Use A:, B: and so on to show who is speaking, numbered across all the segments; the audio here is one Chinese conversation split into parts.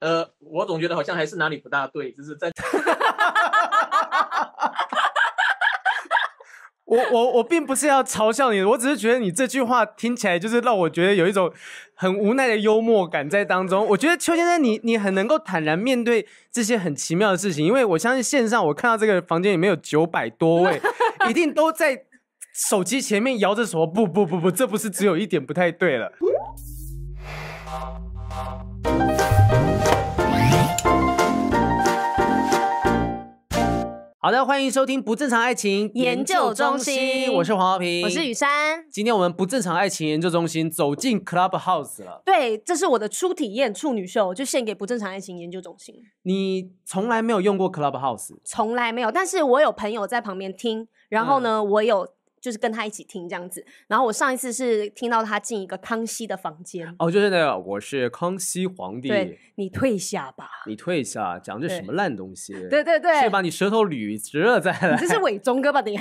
A: 呃，我总觉得好像还是哪里不大对，就是在
B: 我我我并不是要嘲笑你，我只是觉得你这句话听起来就是让我觉得有一种很无奈的幽默感在当中。我觉得邱先生你你很能够坦然面对这些很奇妙的事情，因为我相信线上我看到这个房间里面有九百多位，一定都在手机前面摇着什么不不不不，这不是只有一点不太对了。好的，欢迎收听《不正常爱情
C: 研究中心
B: 我是黄浩平，
C: 我是雨珊。
B: 今天我们不正常爱情研究中心走进 Clubhouse 了。
C: 对，这是我的初体验处女秀，就献给不正常爱情研究中心。
B: 你从来没有用过 Clubhouse，
C: 从来没有，但是我有朋友在旁边听，然后呢，我有就是跟他一起听这样子。然后我上一次是听到他进一个康熙的房间，
B: 哦，就是那个我是康熙皇帝，
C: 对你退下吧，
B: 你退下，讲这什么烂东西？
C: 对对对
B: 先，把你舌头捋直了再
C: 你
B: 来。
C: 这是伪忠哥吧？ 你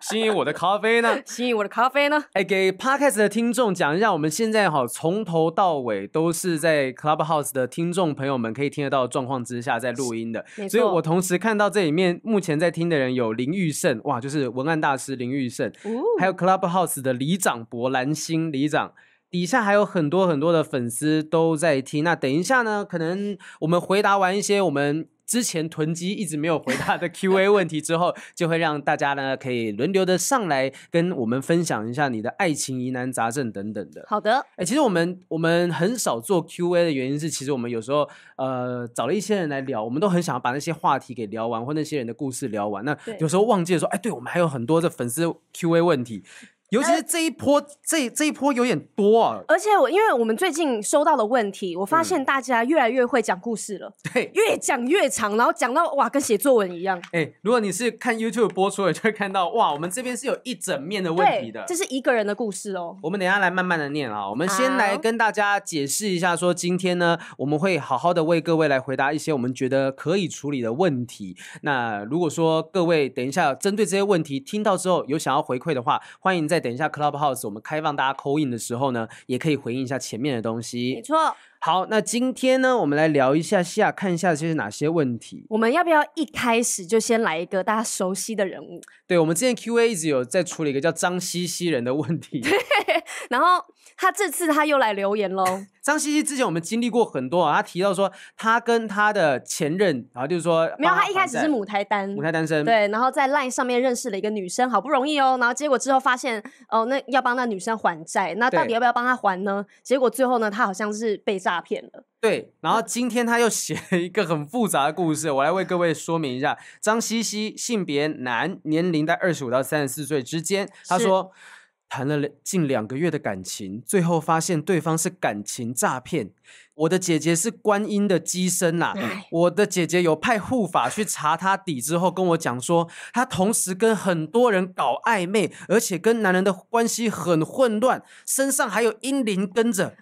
B: 吸引我的咖啡 呢？
C: 吸引我的咖啡呢？
B: 哎，给 Podcast 的听众讲一下，我们现在哈从头到尾都是在 Clubhouse 的听众朋友们可以听得到的状况之下在录音的，
C: 没
B: 所以
C: 错
B: 我同时看到这里面目前在听的人有林玉胜，哇，就是文案大师林玉胜，
C: 哦
B: 还有 Clubhouse 的里长博兰心里长。底下还有很多很多的粉丝都在听，那等一下呢？可能我们回答完一些我们之前囤积一直没有回答的 Q&A 问题之后，就会让大家呢可以轮流的上来跟我们分享一下你的爱情疑难杂症等等的。
C: 好的，
B: 哎、其实我们我们很少做 Q&A 的原因是，其实我们有时候呃找了一些人来聊，我们都很想要把那些话题给聊完，或那些人的故事聊完。那
C: 对
B: 有时候忘记了说，哎，对我们还有很多的粉丝 Q&A 问题，尤其是这一波，这这一波有点多啊。
C: 而且我因为我们最近收到的问题，我发现大家越来越会讲故事了，
B: 对，
C: 越讲越长，然后讲到哇，跟写作文一样。
B: 哎，如果你是看 YouTube 播出的，就会看到哇，我们这边是有一整面的问
C: 对
B: 题的，。
C: 这是一个人的故事哦。
B: 我们等一下来慢慢的念啊，我们先来
C: 好
B: 跟大家解释一下，说今天呢，我们会好好的为各位来回答一些我们觉得可以处理的问题。那如果说各位等一下针对这些问题听到之后有想要回馈的话，欢迎在等一下 Clubhouse 我们开放大家 call in 的时候呢，也可以回应一下前面的东
C: 没
B: 西。
C: 错，
B: 好，那今天呢，我们来聊一下下，看一下这是哪些问题。
C: 我们要不要一开始就先来一个大家熟悉的人物？
B: 对我们之前 Q&A 一直有在处理一个叫张西西人的问题。
C: 然后他这次他又来留 言喽，
B: 张茜茜之前我们经历过很多啊，她提到说她跟她的前任，然后就是说
C: 没有，
B: 帮她
C: 他一开始
B: 还
C: 是
B: 债
C: 母胎单，
B: 母胎单身，，
C: 对，然后在 LINE 上面认识了一个女生，好不容易哦，然后结果之后发现哦，那要帮那女生还债，那到
B: 对
C: 底要不要帮她还呢？结果最后呢，他好像是被诈骗了。
B: 对，然后
C: 嗯
B: 今天她又写了一个很复杂的故事，我来为各位说明一下。张茜茜性别男，年龄在二十五到三十四岁之间，她
C: 是
B: 说。谈了两近两个月的感情，最后发现对方是感情诈骗。我的姐姐是观音的机身呐、
C: 唉
B: 我的姐姐有派护法去查她底之后，跟我讲说，她同时跟很多人搞暧昧，而且跟男人的关系很混乱，身上还有阴灵跟着。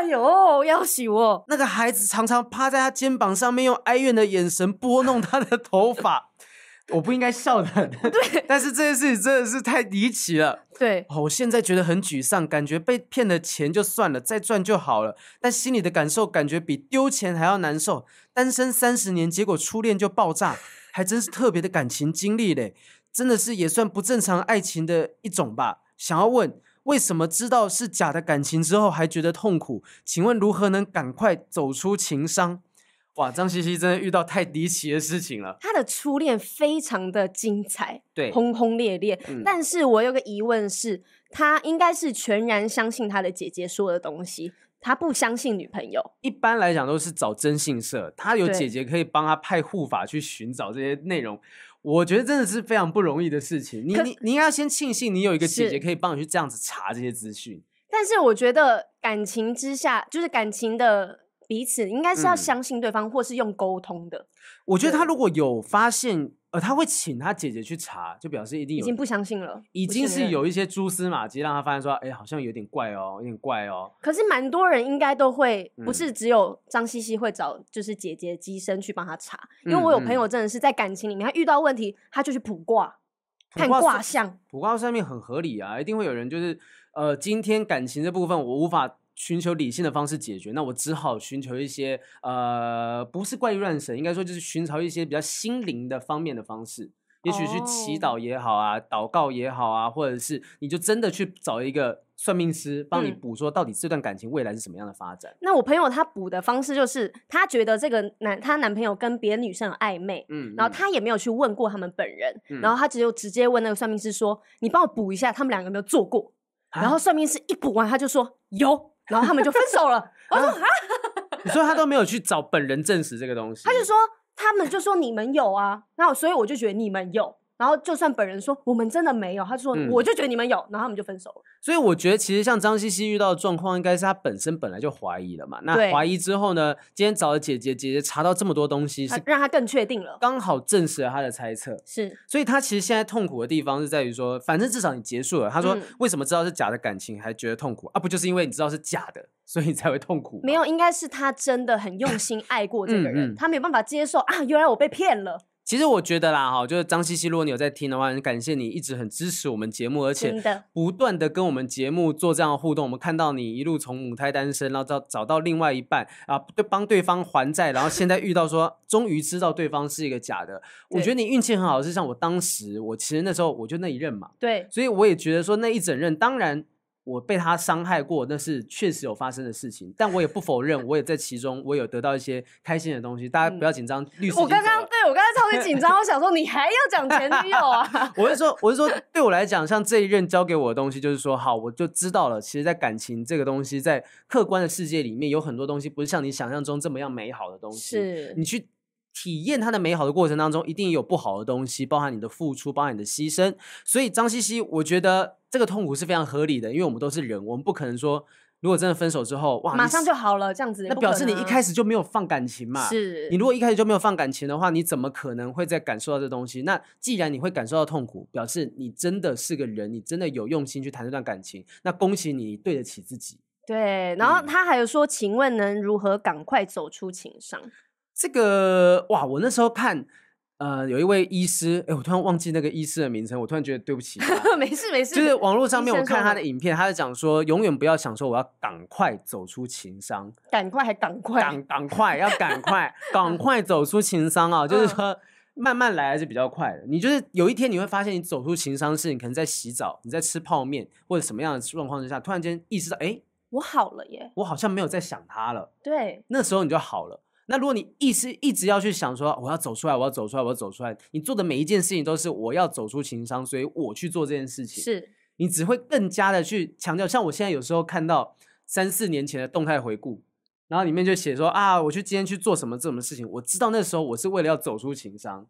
C: 哎呦，要许我，
B: 那个孩子常常趴在她肩膀上面，用哀怨的眼神拨弄她的头发。 我不应该笑的，对， 但是这件事情真的是太离奇了。
C: 对，
B: 哦，我现在觉得很沮丧，感觉被骗了钱就算了，再赚就好了。但心里的感受感觉比丢钱还要难受。单身三十年，结果初恋就爆炸，还真是特别的感情经历嘞，真的是也算不正常爱情的一种吧。想要问，为什么知道是假的感情之后还觉得痛苦？请问如何能赶快走出情伤？哇，张茜茜真的遇到太离奇的事情了。
C: 他的初恋非常的精彩，
B: 对，
C: 轰轰烈烈。
B: 嗯
C: 但是我有个疑问是，他应该是全然相信他的姐姐说的东西，他不相信女朋友。
B: 一般来讲都是找征信社，他有
C: 对
B: 姐姐可以帮他派护法去寻找这些内容。我觉得真的是非常不容易的事情。你
C: 可
B: 你你应该先庆幸你有一个姐
C: 是
B: 姐可以帮你去这样子查这些资讯。
C: 但是我觉得感情之下，就是感情的彼此应该是要
B: 嗯
C: 相信对方，或是用沟通的。
B: 我觉得他
C: 对
B: 如果有发现，呃，他会请他姐姐去查，就表示一定
C: 已
B: 有
C: 经不相信了，
B: 已
C: 不
B: 经
C: 信
B: 是
C: 任。
B: 有一些蛛丝马迹，让他发现说，哎，好像有点怪哦，有点怪哦。
C: 可是蛮多人应该都会，
B: 嗯
C: 不是只有张茜茜会找就是姐姐机身去帮她查，因为我有朋
B: 嗯
C: 友真的是在感情里面，他遇到问题他就去卜卦，看
B: 卜
C: 卦
B: 算
C: 象，
B: 卜卦算命很合理啊，一定会有人就是呃，今天感情这部分我无法寻求理性的方式解决，那我只好寻求一些呃，不是怪力乱神，应该说就是寻找一些比较心灵的方面的方式。也许去祈
C: 哦
B: 祷也好啊，祷告也好啊，或者是你就真的去找一个算命师帮你
C: 嗯
B: 捕捉到底这段感情未来是什么样的发展。
C: 那我朋友她补的方式就是，她觉得这个男她男朋友跟别的女生有暧昧，
B: 嗯，
C: 然后
B: 嗯
C: 她也没有去问过他们本人，
B: 嗯
C: 然后她只有直接问那个算命师说：“你帮我补一下，他们两个有没有做过？”然
B: 啊
C: 后算命师一补完，他就说有，然后他们就分 手了。我说啊，
B: 你说他都没有去找本人证实这个东西，
C: 他就说他们就说你们有啊，那我所以我就觉得你们有。然后就算本人说我们真的没有，他就说
B: 嗯
C: 我就觉得你们有，然后他们就分手了。
B: 所以我觉得，其实像张茜茜遇到的状况，应该是她本身本来就怀疑了嘛。那
C: 对
B: 怀疑之后呢，今天找了姐姐，姐姐查到这么多东西，
C: 他
B: 是
C: 让他更确定了，
B: 刚好证实了她的猜测。
C: 是
B: 所以她其实现在痛苦的地方是在于说，反正至少你结束了。她说
C: 嗯，
B: 为什么知道是假的感情还觉得痛苦啊？不就是因为你知道是假的，所以你才会痛苦吗？
C: 没有，应该是他真的很用心爱过这个
B: 嗯嗯
C: 人，他没有办法接受啊，原来我被骗了，
B: 其实我觉得啦，哈，就是张茜茜，如果你有在听的话，很感谢你一直很支持我们节目，而且
C: 真的
B: 不断的跟我们节目做这样的互动。我们看到你一路从母胎单身，然后到找到另外一半啊，对，帮对方还债，然后现在遇到说，终于知道对方是一个假的。我
C: 对
B: 觉得你运气很好，是像我当时，我其实那时候我就那一任嘛，
C: 对，
B: 所以我也觉得说那一整任，当然。我被他伤害过，那是确实有发生的事情，但我也不否认，我也在其中，我有得到一些开心的东西。大家不要紧张，律师已经
C: 嗯我刚
B: 走了
C: 刚对我刚刚超级紧张，我想说你还要讲前女友啊，
B: 我是说，我是说，对我来讲，像这一任教给我的东西，就是说，好，我就知道了。其实，在感情这个东西，在客观的世界里面，有很多东西不是像你想象中这么样美好的 东西。，
C: 是
B: 你去体验它的美好的过程当中，一定有不好的东西，包含你的付出，包含你的牺牲。所以，张茜茜，我觉得这个痛苦是非常合理的，因为我们都是人，我们不可能说，如果真的分手之后，哇，
C: 马
B: 你
C: 上
B: 死
C: 就好了这样子，也
B: 那
C: 不
B: 表
C: 可
B: 示你
C: 能
B: 一
C: 啊
B: 开始就没有放感情嘛。
C: 是
B: 你如果一开始就没有放感情的话，你怎么可能会再感受到这东西？那既然你会感受到痛苦，表示你真的是个人，你真的有用心去谈这段感情，那恭喜你，你对得起自己。
C: 对，然后
B: 嗯
C: 他还有说，请问能如何赶快走出情伤？
B: 这个哇，我那时候看，呃，有一位医师，哎，我突然忘记那个医师的名称，我突然觉得对不起 他。
C: 没事没事，
B: 就是网络上
C: 医
B: 面我
C: 生
B: 看
C: 说
B: 他
C: 的
B: 的影片，他在讲说，永远不要想说我要赶快走出情伤，
C: 赶快还赶快，
B: 赶赶快，要赶 快，赶快走出情商啊！就是
C: 嗯
B: 说，慢慢来还是比较快的。你就是有一天你会发现，你走出情商是你可能在洗澡，你在吃泡面或者什么样的状况之下，突然间意识到，哎，
C: 我好了耶，
B: 我好像没有在想他了。
C: 对，
B: 那时候你就好了。那如果你一直一直要去想说我要走出来，我要走出来，我要走出来，你做的每一件事情都是我要走出情商，所以我去做这件事情。
C: 是
B: 你只会更加的去强调。像我现在有时候看到三四年前的动态回顾，然后里面就写说啊，我去今天去做什么什么事情，我知道那时候我是为了要走出情商。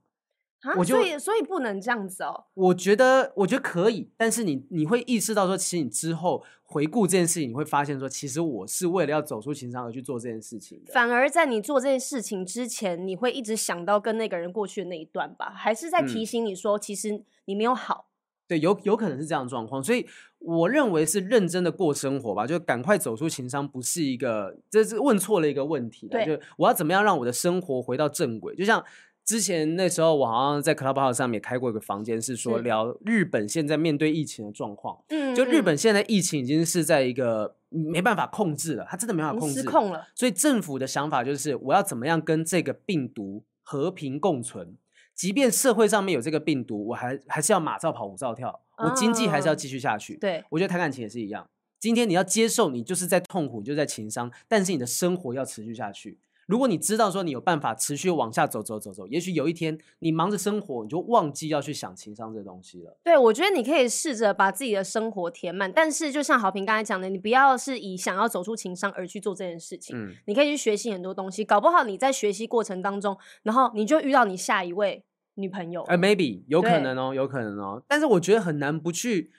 C: 啊，
B: 我就
C: 所以所以不能这样子哦，
B: 我觉得，我觉得可以，但是你你会意识到说，其实你之后回顾这件事情，你会发现说，其实我是为了要走出情商而去做这件事情的。
C: 反而在你做这件事情之前，你会一直想到跟那个人过去的那一段吧？还是在提
B: 嗯
C: 醒你说，其实你没有好，
B: 对，有有可能是这样的状况，所以我认为是认真的过生活吧，就赶快走出情商，不是一个，这是问错了一个问题啦。
C: 对
B: 就我要怎么样让我的生活回到正轨？就像之前那时候，我好像在 Clubhouse 上面也开过一个房间，是说
C: 是
B: 聊日本现在面对疫情的状况。
C: 嗯
B: 就日
C: 嗯
B: 本现在疫情已经是在一个没办法控制了，它真的没办法
C: 已
B: 控
C: 经
B: 制，
C: 失控了，
B: 所以政府的想法就是，我要怎么样跟这个病毒和平共存？即便社会上面有这个病毒，我还还是要马照跑，舞照跳，我经济还是要
C: 啊
B: 继续下去。
C: 对，
B: 我觉得谈感情也是一样。今天你要接受，你就是在痛苦，你就是在情伤，但是你的生活要持续下去。如果你知道说你有办法持续往下走走走走，也许有一天你忙着生活，你就忘记要去想情商这东西了。
C: 对，我觉得你可以试着把自己的生活填满，但是就像好评刚才讲的，你不要是以想要走出情商而去做这件事情。
B: 嗯，
C: 你可以去学习很多东西，搞不好你在学习过程当中，然后你就遇到你下一位女朋友。
B: 呃，maybe 有可
C: 对
B: 能哦，有可能哦，但是我觉得很难不去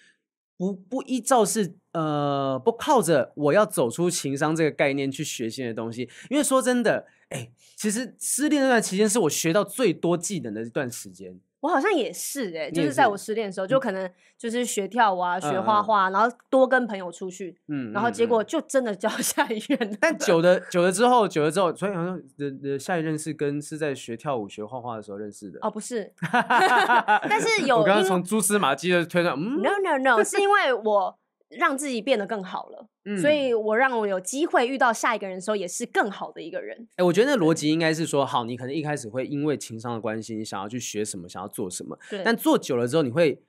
B: 不不依照是呃不靠着我要走出情商这个概念去学新的东西，因为说真的，哎，其实失恋那段期间是我学到最多技能的一段时间。
C: 我好像也是哎、
B: 你
C: 就
B: 也
C: 是在
B: 是嗯
C: 我失恋的时候，就可能就是学跳舞啊、学
B: 嗯
C: 画
B: 嗯
C: 画啊，然后多跟朋友出去，
B: 嗯，
C: 然后
B: 嗯
C: 结
B: 嗯
C: 果就真的交 下一任了。
B: 但久了久了之后，久了之后，所以好像的的下一任是跟是在学跳舞、学画画的时候认识的。
C: 哦，不 是
B: 但
C: 是有
B: 我刚刚
C: 因
B: 从蛛丝马迹的推断，嗯，
C: ，no no no，是因为我让自己变得更好了。
B: 嗯
C: 所以我让我有机会遇到下一个人的时候，也是更好的一个人。
B: 哎、我觉得那逻辑应该是说，好，你可能一开始会因为情商的关系，你想要去学什么，想要做什么，
C: 对，
B: 但做久了之后，你会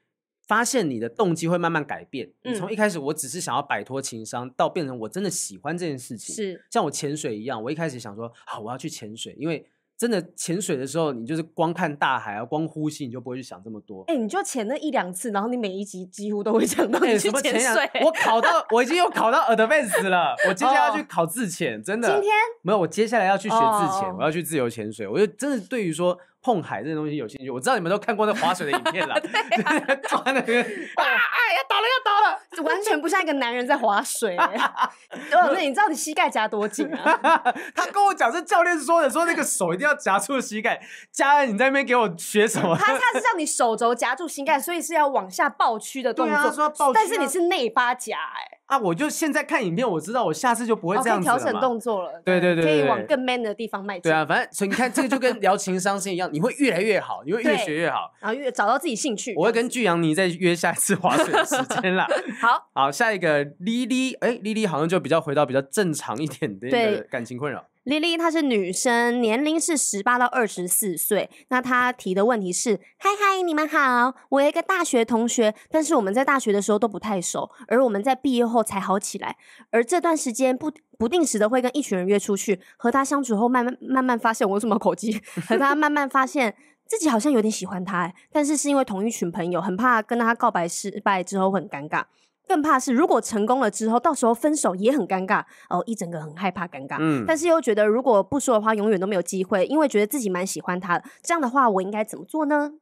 B: 发现你的动机会慢慢改变。你从
C: 嗯
B: 一开始我只是想要摆脱情商，到变成我真的喜欢这件事情，
C: 是
B: 像我潜水一样，我一开始想说，好，我要去潜水，因为真的潜水的时候，你就是光看大海啊，光呼吸，你就不会去想这么多。
C: 哎、你就潜那一两次，然后你每一集几乎都会 讲到
B: 哎、
C: 你
B: 什
C: 去
B: 么
C: 潜
B: 潜
C: 水
B: 水？。 我考到，我已经有考到 advanced 了，我接下来要去
C: 哦
B: 考自潜，真的。
C: 今天
B: 没有，我接下来要去学自潜，
C: 哦
B: 我要去自由潜水。我就真的对于说碰海这些东西有兴趣。我知道你们都看过那划水的影片 啦， 抓那个啊，哎呀，倒了要倒了。
C: 这完全不像一个男人在 划水、欸。哦，那你知道你膝盖夹多紧啊？
B: 他跟我讲是教练说的，说那个手一定要夹住膝盖。佳恩，你在那边给我学什么？
C: 他他是让你手肘夹住膝盖，所以是要往下抱屈的动
B: 对
C: 作。
B: 啊他说要抱
C: 但
B: 屈
C: 是你
B: 啊
C: 是内八夹、欸，
B: 啊，我就现在看影片，我知道我下次就不会
C: 哎、哦，
B: 这
C: 可
B: 样
C: 以
B: 子
C: 调
B: 了嘛。
C: 整动作了。
B: 对对对
C: 可
B: 对
C: 以往
B: 对
C: 更 man 的地方迈进。
B: 对啊，反正所以你看，这个就跟聊情商是一样，你会越来越好，你会越
C: 对
B: 学越好。
C: 然后越找到自己兴趣。
B: 我会跟巨阳你再约下一次划水的时间啦。
C: 好，
B: 好，下一个 Lily，哎，Lily 好像就比较回到比较正常一点的一
C: 对
B: 个感情困扰。
C: 莉莉她是女生，年龄是十八到二十四岁。那她提的问题是：嗨嗨，你们好，我有一个大学同学，但是我们在大学的时候都不太熟，而我们在毕业后才好起来。而这段时间不不定时的会跟一群人约出去，和他相处后，慢慢慢慢发现我为什么口技，和他慢慢发现。自己好像有点喜欢他、欸，但是是因为同一群朋友，很怕跟他告白失败之后很尴尬，更怕是如果成功了之后，到时候分手也很尴尬哦，一整个很害怕尴尬。
B: 嗯，
C: 但是又觉得如果不说的话，永远都没有机会，因为觉得自己蛮喜欢他的。这样的话，我应该怎么做呢？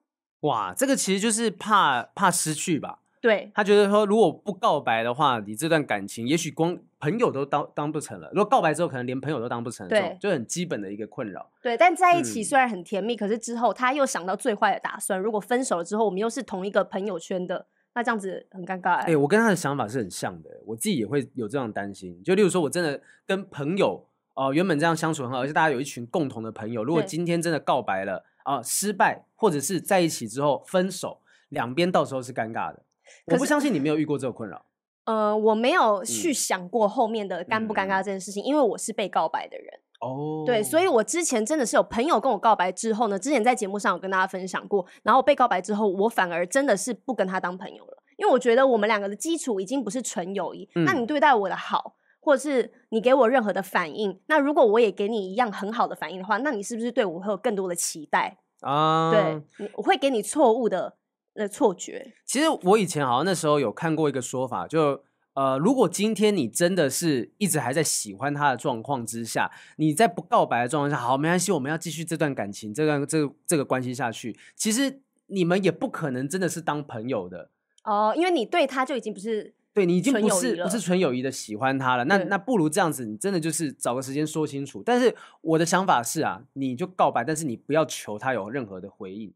B: 哇，这个其实就是怕怕失去吧。
C: 对，
B: 他觉得说，如果不告白的话，你这段感情也许光朋友都当当不成了。如果告白之后，可能连朋友都当不成了，这种就很基本的一个困扰。
C: 对，但在一起
B: 嗯
C: 虽然很甜蜜，可是之后他又想到最坏的打算。如果分手了之后，我们又是同一个朋友圈的，那这样子很尴尬、
B: 哎、
C: 欸。
B: 我跟他的想法是很像的，我自己也会有这样的担心。就例如说，我真的跟朋友哦、呃原本这样相处很好，而且大家有一群共同的朋友，如果
C: 对
B: 今天真的告白了啊、失败，或者是在一起之后分手，两边到时候是尴尬的。我
C: 可
B: 不
C: 是
B: 相信你没有遇过这个困扰。
C: 呃，我没有去想过后面的尴不尴
B: 嗯
C: 尬这件事情，因为我是被告白的人。
B: 哦，
C: 对，所以我之前真的是有朋友跟我告白之后呢，之前在节目上有跟大家分享过，然后被告白之后，我反而真的是不跟他当朋友了，因为我觉得我们两个的基础已经不是纯友谊。那
B: 嗯
C: 你对待我的好，或者是你给我任何的反应，那如果我也给你一样很好的反应的话，那你是不是对我会有更多的期待？
B: 啊，
C: 对，你我会给你错误的呃错觉。
B: 其实我以前好像那时候有看过一个说法，就呃，如果今天你真的是一直还在喜欢他的状况之下，你在不告白的状况下，好，没关系，我们要继续这段感情，这段这个这个关系下去。其实你们也不可能真的是当朋友的，
C: 哦、因为你对他就已经不是
B: 对你已经
C: 纯
B: 不
C: 友谊
B: 是不
C: 了
B: 是纯友谊的喜欢他了。那
C: 对
B: 那不如这样子，你真的就是找个时间说清楚。但是我的想法是啊，你就告白，但是你不要求他有任何的回应，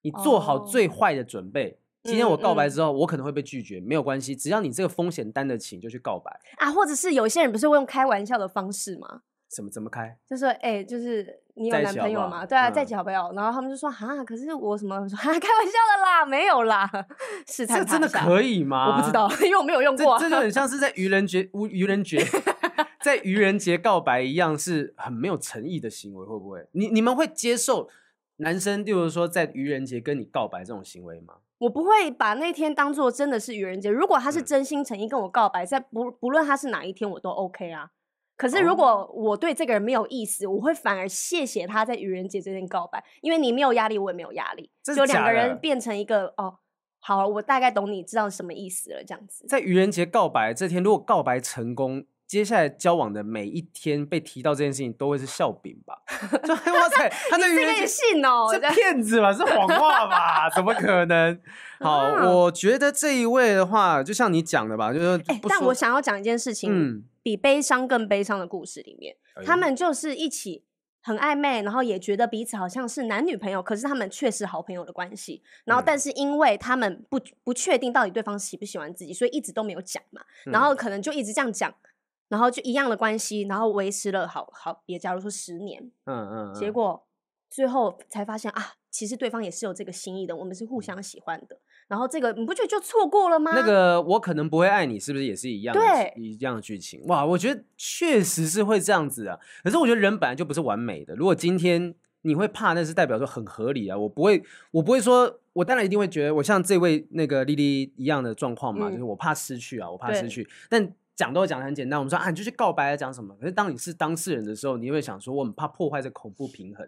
B: 你做好
C: 哦
B: 最坏的准备。今天
C: 嗯
B: 我告白
C: 嗯
B: 之后，我可能会被拒绝，没有关系，只要你这个风险担得起，你就去告白。
C: 啊，或者是有些人不是会用开玩笑的方式吗？
B: 怎么怎么开？
C: 就说哎、欸就是你
B: 在
C: 有
B: 一
C: 男
B: 起
C: 朋
B: 好不
C: 友
B: 好
C: 吗？对啊，在一
B: 嗯
C: 起好朋友。然后他们就说哈，可是我什么？ 我说哈，开玩笑的啦，没有啦，试探
B: 这真的
C: 以、
B: 可以吗？
C: 我不知道， 因为我没有用过啊、
B: 这这就很像是在愚人节，无愚人 节，在愚人节告白一样，是很没有诚意的行为，会不会？你你们会接受男生，例如说在愚人节跟你告白这种行为吗？
C: 我不会把那天当做真的是愚人节。如果他是
B: 嗯
C: 真心诚意跟我告白，在不不论他是哪一天，我都 OK 啊。可是如
B: 哦
C: 果我对这个人没有意思，我会反而谢谢他在愚人节这天告白，因为你没有压力，我也没有压力，
B: 真的
C: 就两
B: 假
C: 个
B: 的
C: 人变成一个哦，好，我大概懂你知道什么意思了，这样子。
B: 在愚人节告白这天，如果告白成功，接下来交往的每一天被提到这件事情，都会是笑柄吧？ 就哎哇塞，他在愚
C: 这个
B: 人节
C: 也信哦，
B: 是
C: 这样
B: 骗子吧？是谎话吧？怎么可能？好，
C: 啊
B: 我觉得这一位的话，就像你讲的吧，就是
C: 哎、
B: 不
C: 但
B: 说
C: 我想要讲一件事情，
B: 嗯，
C: 比悲伤更悲伤的故事里面，
B: 哎呦
C: 他们就是一起很暧昧，然后也觉得彼此好像是男女朋友，可是他们却是好朋友的关系。然后，
B: 嗯
C: 但是因为他们不不确定到底对方喜不喜欢自己，所以一直都没有讲嘛。
B: 嗯
C: 然后可能就一直这样讲，然后就一样的关系，然后维持了好好，别假如说十年，
B: 嗯嗯，
C: 结
B: 嗯
C: 果最后才发现啊，其实对方也是有这个心意的，我们是互相喜欢的。然后这个你不觉得就错过了吗？
B: 嗯那个我可能不会爱你，是不是也是一样的
C: 对
B: 一样的剧情？哇，我觉得确实是会这样子啊。可是我觉得人本来就不是完美的，如果今天你会怕，那是代表说很合理啊。我不会，我不会说，我当然一定会觉得我像这位那个莉莉一样的状况嘛，
C: 嗯
B: 就是我怕失去啊，我怕失
C: 对
B: 去，但。讲都讲得很简单，我们说啊，你就去告白啊，讲什么？可是当你是当事人的时候，你会想说，我很怕破坏这恐怖平衡。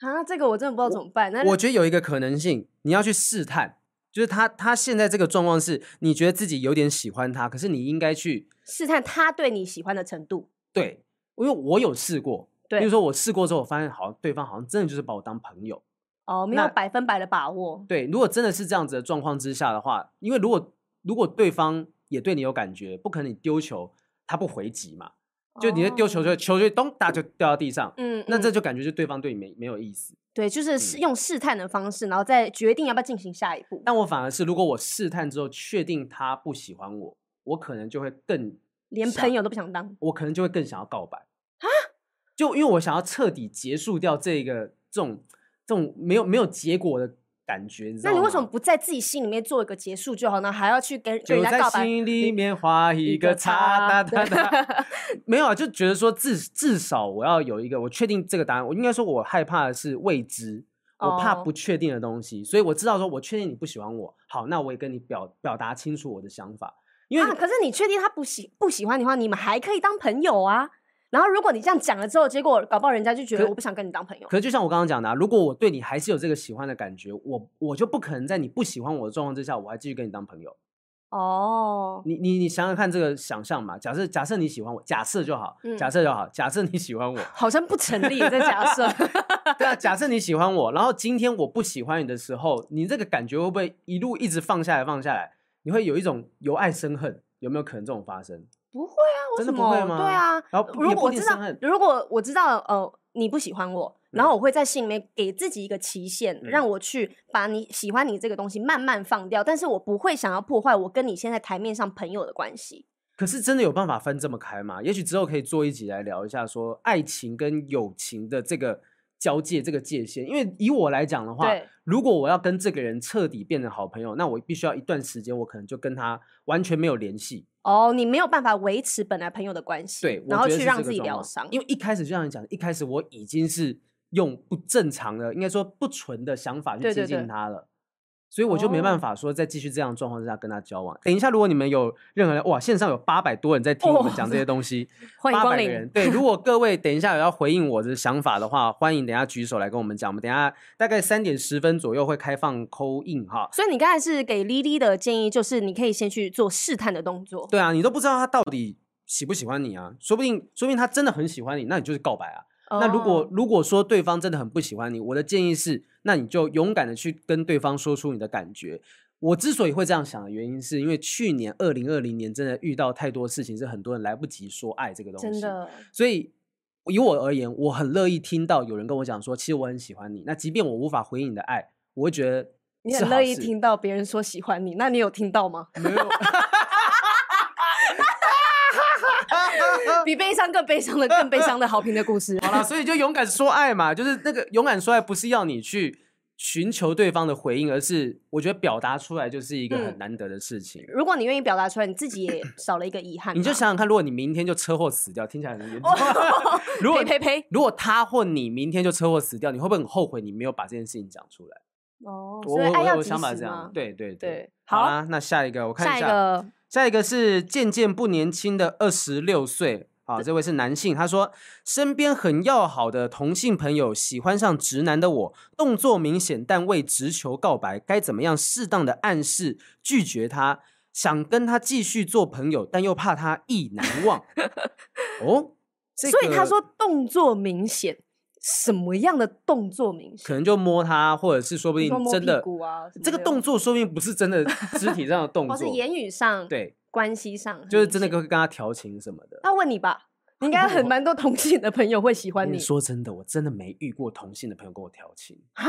C: 啊，这个我真的不知道怎么办。那
B: 我觉得有一个可能性，你要去试探，就是他他现在这个状况是，你觉得自己有点喜欢他，可是你应该去
C: 试探他对你喜欢的程度。
B: 对，因为我有试过，
C: 对
B: 比如说我试过之后，我发现好像对方好像真的就是把我当朋友。
C: 哦，没有
B: 那
C: 百分百的把握。
B: 对，如果真的是这样子的状况之下的话，因为如果如果对方也对你有感觉，不可能你丢球他不回击嘛，就你在丢球
C: 哦
B: 就球就咚哒就掉到地上，
C: 嗯，
B: 那
C: 嗯
B: 这就感觉就对方对你没没有意思。
C: 对，就是试
B: 嗯
C: 用试探的方式，然后再决定要不要进行下一步。
B: 但我反而是，如果我试探之后确定他不喜欢我，我可能就会更
C: 连
B: 想
C: 朋友都不想当，
B: 我可能就会更想要告白啊，就因为我想要彻底结束掉这个这种这种没有没有结果的感觉，你知道
C: 那
B: 吗？
C: 你为什么不在自己心里面做一个结束就好呢？还要去跟跟
B: 就
C: 人家
B: 在
C: 告白？
B: 心里面画一个叉哒 哒哒？没有啊，就觉得说至至少我要有一个我确定这个答案。我应该说，我害怕的是未知，我怕
C: 哦
B: 不确定的东西，所以我知道说我确定你不喜欢我，好，那我也跟你表表达清楚我的想法，因为
C: 啊，可是你确定他不喜不喜欢你的话，你们还可以当朋友啊。然后如果你这样讲了之后，结果搞不好人家就觉得
B: 可
C: 我不想跟你当朋友。
B: 可是就像我刚刚讲的、啊，如果我对你还是有这个喜欢的感觉，我我就不可能在你不喜欢我的状况之下，我还继续跟你当朋友。
C: 哦，
B: 你你你想想看，这个想象嘛，假设假设你喜欢我，假设就好，
C: 嗯
B: 假设就好，假设你喜 欢我，
C: 好像不成立，这假 设。
B: 对啊，假设你喜欢我，然后今天我不喜欢你的时候，你这个感觉会不会一路一直放下来放下来？你会有一种由爱生恨，有没有可能这种发生？
C: 不会啊，为
B: 真
C: 什
B: 的
C: 么？
B: 不会吗
C: 对啊，
B: 然后不
C: 如
B: 也
C: 果
B: 不
C: 我
B: 一定
C: 知道
B: 伤害，
C: 如果我知道，呃，你不喜欢我，然后我会在心里面给自己一个期限，
B: 嗯
C: 让我去把你喜欢你这个东西慢慢放掉，但是我不会想要破坏我跟你现在台面上朋友的关系。
B: 可是真的有办法分这么开吗？也许之后可以做一集来聊一下，说爱情跟友情的这个交界、这个界限。因为以我来讲的话，
C: 对，
B: 如果我要跟这个人彻底变成好朋友，那我必须要一段时间，我可能就跟他完全没有联系。
C: 哦，你没有办法维持本来朋友的关系，
B: 对，我
C: 然后
B: 觉得
C: 去
B: 是
C: 让
B: 这个
C: 自己
B: 状
C: 疗
B: 况
C: 伤。
B: 因为一开始就像你讲的，一开始我已经是用不正常的，应该说不纯的想法
C: 对
B: 去
C: 对
B: 接
C: 对
B: 近他了。所以我就没
C: 哦
B: 办法说再继续这样的状况之下跟他交往。等一下，如果你们有任何人哇，线上有八百多人在听我们
C: 哦
B: 讲这些东西，
C: 欢迎
B: 八百
C: 光
B: 个
C: 临
B: 人。。对，如果各位等一下有要回应我的想法的话，欢迎等一下举手来跟我们讲。我们等一下大概三点十分左右会开放扣印哈。
C: 所以你刚才是给 Lily 的建议，就是你可以先去做试探的动作。
B: 对啊，你都不知道他到底喜不喜欢你啊，说不定说不定他真的很喜欢你，那你就是告白啊。那如果
C: 哦
B: 如果说对方真的很不喜欢你，我的建议是，那你就勇敢的去跟对方说出你的感觉。我之所以会这样想的原因，是因为去年二零二零年真的遇到太多事情，是很多人来不及说爱这个东西。
C: 哦真的
B: 所以以我而言，我很乐意听到有人跟我讲说，其实我很喜欢你。那即便我无法回应你的爱，我会觉得
C: 你
B: 是
C: 很
B: 好
C: 乐意
B: 事
C: 听到 别人说喜欢你，那你有听到 吗？
B: 没有。
C: 比悲伤更悲伤的、更悲伤的好评的故事。
B: 好啦，所以就勇敢说爱嘛，就是那个勇敢说爱，不是要你去寻求对方的回应，而是我觉得表达出来就是一个
C: 嗯
B: 很难得的事情。
C: 如果你愿意表达出来，你自 己也少了一个遗憾嘛。
B: 你就想想看，如果你明天就车祸死掉，听起来很严重。
C: 哦
B: 如果
C: 呸呸呸！
B: 如果他或你明天就车祸死掉，你会不会很后悔你没有把这件事情讲出来？
C: 哦，
B: 我
C: 所以
B: 我
C: 爱
B: 我
C: 要
B: 我
C: 及
B: 想法
C: 时
B: 是这样
C: 嘛。。
B: 对对对。
C: 对，
B: 好
C: 好，
B: 啦，那下一个我看
C: 下一个
B: 下一个是渐渐不年轻的二十六岁。啊，这位是男性，他说身边很要好的同性朋友喜欢上直男的我，动作明显但未直球告白，该怎么样适当的暗示拒绝他？想跟他继续做朋友，但又怕他意难 忘。哦，这
C: 所以他
B: 个
C: 说动作明显，什么样的动作明显？哦
B: 可能就摸他，或者是说不
C: 比如说
B: 定
C: 摸
B: 真
C: 屁
B: 的
C: 股啊什么
B: 这个
C: 的
B: 动作说不定不是真的肢体上的动
C: 或
B: 作，
C: 是言语上、
B: 对，
C: 关系上，
B: 就是真的
C: 跟。
B: 跟跟他调情什么的。
C: 那问你吧，你 应该很
B: 我
C: 蛮多同性的朋友会喜
B: 我
C: 欢
B: 跟
C: 你
B: 你，说真的，我真的没遇过同性的朋友跟我调情
C: 啊，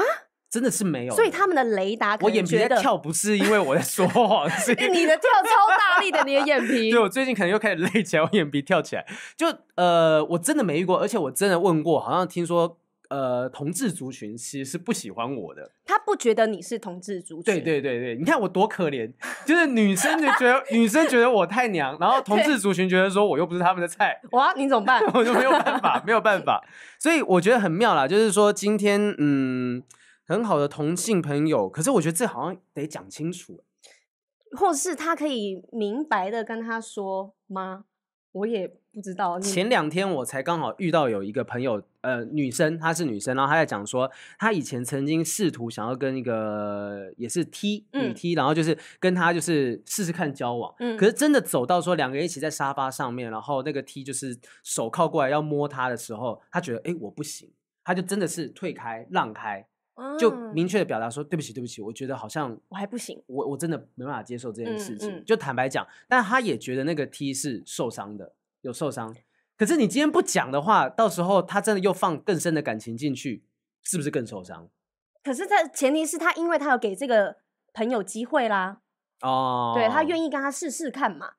B: 真的是没有的。
C: 所以他们的雷达可
B: 我
C: 能
B: 眼皮
C: 觉
B: 在
C: 得，
B: 跳，不是因为我在说 谎，是因
C: 因为
B: 为
C: 你的跳超大力的，你的眼 皮
B: 对我最近可能又开始累起来，我眼皮跳起来。就呃，我真的没遇过，而且我真的问过，好像听说呃同志族群其实是不喜欢我的。
C: 他不觉得你是同志族群，
B: 对对对对，你看我多可怜，就是女生就觉 得女生觉得我太娘，然后同志族群觉得说我又不是他们的菜，
C: 哇，你怎么办？
B: 我就没有办法，没有办法。所以我觉得很妙啦，就是说今天嗯很好的同性朋友，可是我觉得这好像得讲清楚。
C: 或是他可以明白的跟他说吗？我也不知道。你
B: 前两天我才刚好遇到有一个朋友，呃，女生，她是女生，然后她在讲说，她以前曾经试图想要跟一个也是 T 女
C: 嗯
B: T，、然后就是跟她就是试试看交往，
C: 嗯
B: 可是真的走到说两个人一起在沙发上面，然后那个 T 就是手靠过来要摸她的时候，她觉得哎、诶我不行，她就真的是退开让开，就
C: 啊
B: 明确的表达说对不起对不起，我觉得好像
C: 我还不行，
B: 我我真的没办法接受这件事情。
C: 嗯嗯
B: 就坦白讲，但他也觉得那个 T 是受伤的，有受伤。可是你今天不讲的话，到时候他真的又放更深的感情进去，是不是更受伤？
C: 可是他前提是他因为他有给这个朋友机会啦，
B: 哦，
C: 对他
B: 意
C: 愿意跟他试试看嘛。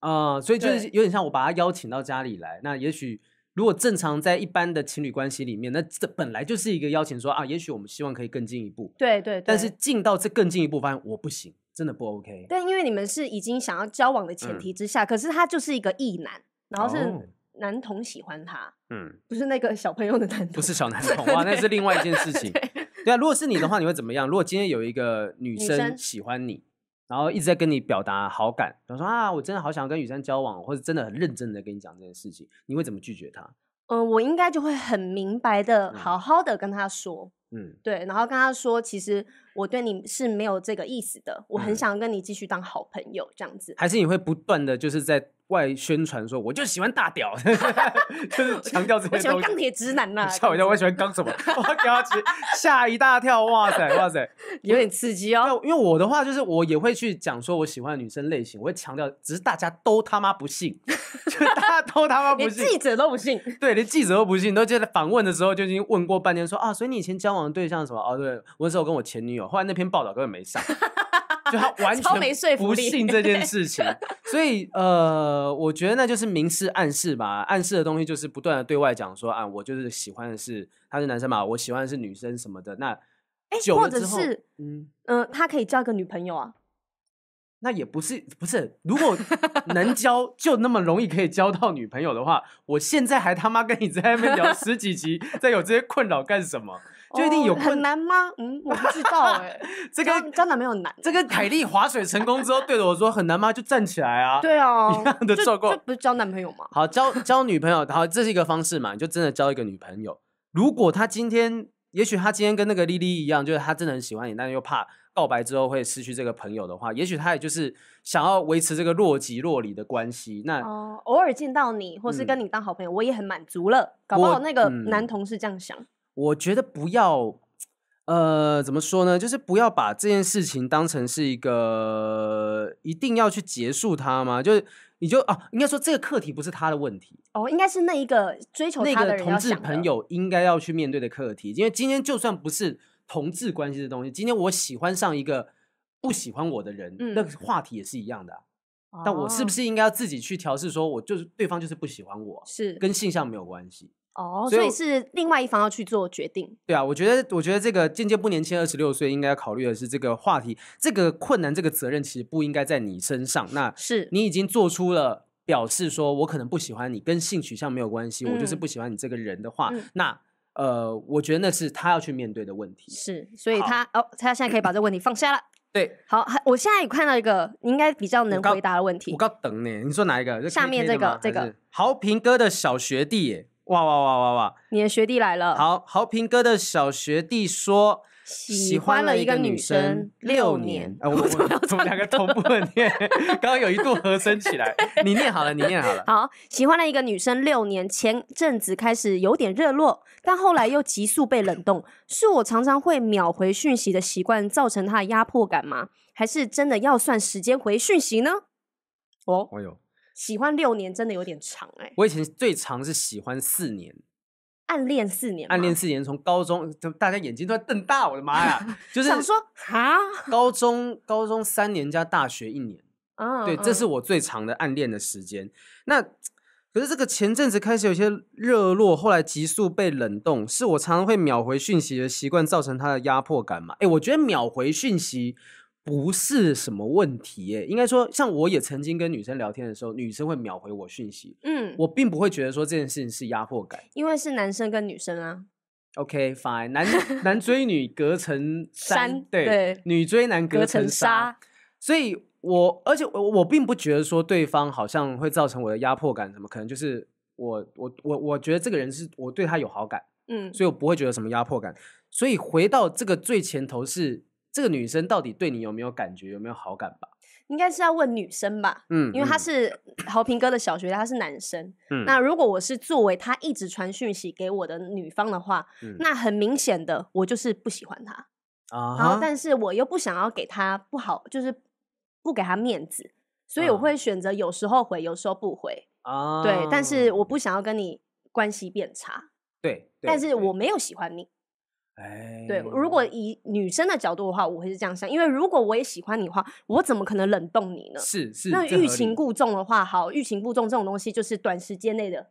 B: 啊、所以就是
C: 对
B: 有点像我把他邀请到家里来。那也许如果正常在一般的情侣关系里面，那这本来就是一个邀请说啊，也许我们希望可以更进一步，
C: 对对对，
B: 但是进到这更进一步，发现我不行，真的不 OK。
C: 但因为你们是已经想要交往的前
B: 嗯
C: 提之下，可是他就是一个异男，然后
B: 哦
C: 是男童喜欢他，
B: 嗯。
C: 不是那个小朋友的男童，
B: 不是小男童哇，那是另外一件事情。对啊，如果是你的话，你会怎么样？如果今天有一个女
C: 女生
B: 生喜欢你，然后一直在跟你表达好感，比方说啊，我真的好想跟雨珊交往，或者真的很认真的跟你讲这件事情，你会怎么拒绝她？
C: 嗯、我应该就会很明白的、
B: 嗯
C: 好好的跟他说，
B: 嗯，
C: 对，然后跟他说，其实我对你是没有这个意思的，我很
B: 嗯
C: 想跟你继续当好朋友这 样子。
B: 还是你会不断的就是在外宣传说，我就喜欢大屌， 就是强调这
C: 我
B: 些
C: 喜欢
B: 东
C: 钢
B: 西。
C: 铁直男呐、 这
B: 吓我一跳！
C: 样
B: 我
C: 子
B: 喜欢刚什么？ 我给他直吓一大跳！哇塞，哇塞！
C: 有点刺激哦。
B: 那因为我的话就是我也会去讲说我喜欢的女生类型，我会强调，只是大家都他妈不 信，就大家都他妈不
C: 连
B: 信，
C: 记者都 不信，
B: 对，连记者都不信，都觉得访问的时候就已经问过半天说啊，所以你以前交往的对象是什么？哦，对，我那时候跟我前女友，后来那篇报道根本没 上。就他完
C: 超没说
B: 全
C: 服
B: 不
C: 力
B: 信这件事 情，所以呃，我觉得那就是明示暗示吧。暗示的东西就是不断的对外讲说啊，我就是喜欢的是他是男生嘛，我喜欢的是女生什么的。那
C: 哎
B: 久
C: 或
B: 了
C: 者
B: 之后
C: 是
B: 嗯，
C: 嗯、他可以交一个女朋友啊。
B: 那也不是不是，如果能交就那么容易可以交到女朋友的话，我现在还他妈跟你在那边聊十几集，再有这些困扰干什么？就一定有
C: 哦很
B: 困。
C: 难吗？嗯，我不知道 哎、
B: 这
C: 交
B: 个
C: 交男朋友很难。
B: 这个凯莉划水成功之后，对着我说很难吗？就站起来啊！
C: 对啊，
B: 一样的
C: 这
B: 状况
C: 这不是交男朋友吗？哦
B: 好交交女朋友，好，这是一个方式嘛，你就真的交一个女朋友。如果她今天，也许她今天跟那个莉莉一样，就是她真的很喜欢你，但是又怕告白之后会失去这个朋友的话，也许她也就是想要维持这个若即若离的关系。那
C: 哦，偶尔见到你，或是跟
B: 嗯
C: 你当好朋友，我也很满足了。搞不
B: 我
C: 好那个
B: 嗯
C: 男同事这样想，
B: 我觉得不要，呃，怎么说呢？就是不要把这件事情当成是一个一定要去结束它嘛。就是你就啊，应该说这个课题不是他的问题，
C: 哦，应该是那一个追求
B: 那
C: 他的
B: 个
C: 人
B: 同
C: 要
B: 志
C: 想的
B: 朋友应该要去面对的课题。因为今天就算不是同志关系的东西，今天我喜欢上一个不喜欢我的人，那
C: 嗯
B: 个话题也是一样的啊、但我是不
C: 哦
B: 是应该要自己去调试？说我就是对方就是不喜欢我，
C: 是
B: 跟性向没有关系。
C: 哦？
B: 所以
C: 所以
B: 我
C: 是另外一方要去做决定。
B: 对啊，我觉得，我觉得这个渐渐不年轻，二十六岁应该要考虑的是这个话题，这个困难，这个责任其实不应该在你身上。那
C: 是
B: 你已经做出了表示，说我可能不喜欢你，跟性取向没有关系，我就是
C: 嗯
B: 不喜欢你这个人的话，
C: 嗯
B: 那呃，我觉得那是他要去面对的问题。
C: 是，所以
B: 好
C: 他哦，他现在可以把这个问题放下了。
B: 对，
C: 好，还我现在有看到一个你应该比较能
B: 刚
C: 回答的问题
B: 我。刚等呢，你说哪一个？这
C: 下
B: KK
C: 面
B: 的
C: 这个
B: 吗
C: 这
B: 还
C: 个
B: 是豪平哥的小学弟耶，哇哇哇哇哇！
C: 你的学弟来了，，
B: 好，豪平哥的小学弟说。
C: 呃喜欢了一个女生六年，
B: 呃，我我我们两个同步的念，刚刚有一度和声起来，你念好了，你念好 了。
C: 好，喜欢了一个女生六年，前阵子开始有点热络，但后来又急速被冷冻，是我常常会秒回讯息的习惯造成她的压迫感吗？还是真的要算时间回讯息呢？哦，
B: 哎呦，
C: 喜欢六年真的有点长哎、
B: 我以前最长是喜欢四年，
C: 暗恋四年吗，
B: 暗恋四年，从高中，怎么大家眼睛突然瞪大，我的妈 呀！就是
C: 想说哈，
B: 高中高中三年加大学一年，
C: 嗯
B: 对，这是
C: 嗯
B: 我最长的暗恋的时间。那可是这个前阵子开始有些热络，后来急速被冷冻，是我常常会秒回讯息的习惯造成他的压迫感嘛？哎，我觉得秒回讯息不是什么问题，哎，应该说，像我也曾经跟女生聊天的时候，女生会秒回我讯息，
C: 嗯，
B: 我并不会觉得说这件事情是压迫感。
C: 因为是男生跟女生啊，
B: OK fine，男 男追女隔层山，
C: 山
B: 对，
C: 对
B: 女追男隔
C: 隔
B: 层
C: 层
B: 纱，
C: 纱，
B: 所以我而且我我并不觉得说对方好像会造成我的压迫感，什么可能就是我我我我觉得这个人是我对他有好感，
C: 嗯，
B: 所以我不会觉得什么压迫感。所以回到这个最前头是这个女生到底对你有没有感觉，有没有好感吧？
C: 应该是要问女生吧。
B: 嗯，
C: 因为他
B: 嗯
C: 是豪平哥的小学，他是男生。
B: 嗯
C: 那如果我是作为他一直传讯息给我的女方的话，
B: 嗯
C: 那很明显的我就是不喜欢他，
B: 啊
C: 然后
B: 哈，
C: 但是我又不想要给他不好，就是不给他面子，所以我
B: 啊
C: 会选择有时候回，有时候不回。
B: 啊
C: 对，但是我不想要跟你关系变差，
B: 对，对
C: 但是
B: 对
C: 我没有喜欢你。
B: 哎
C: 对，如果以女生的角度的话，我会是这样想，因为如果我也喜欢你的话，我怎么可能冷冻你呢？
B: 是是
C: 那
B: 这
C: 欲
B: 合
C: 擒
B: 理
C: 故纵的话，好，欲擒故纵这种东西就是短时间内的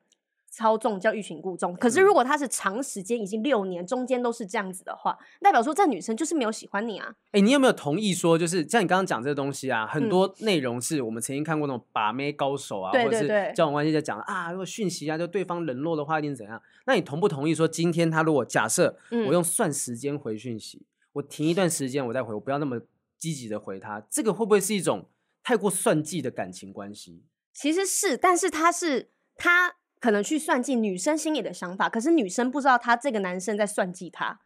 C: 操纵叫欲擒故纵。可是
B: 嗯
C: 如果他是长时间，已经六年，中间都是这样子的话，代表说这女生就是没有喜欢你啊。
B: 哎、你有没有同意说，就是像你刚刚讲这个东西啊，很
C: 嗯
B: 多内容是我们曾经看过那种把妹高手啊，
C: 对对
B: 或者
C: 对
B: 是交往关系在讲啊，如果讯息啊，就对方冷落的话，一定怎样？那你同不同意说，今天他如果假设
C: 嗯
B: 我用算时间回讯息，我停一段时间我再回，我不要那么积极的回他，这个会不会是一种太过算计的感情关系？
C: 其实是，但是他是他可能去算计女生心里的想法，可是女生不知道他这个男生在算计他。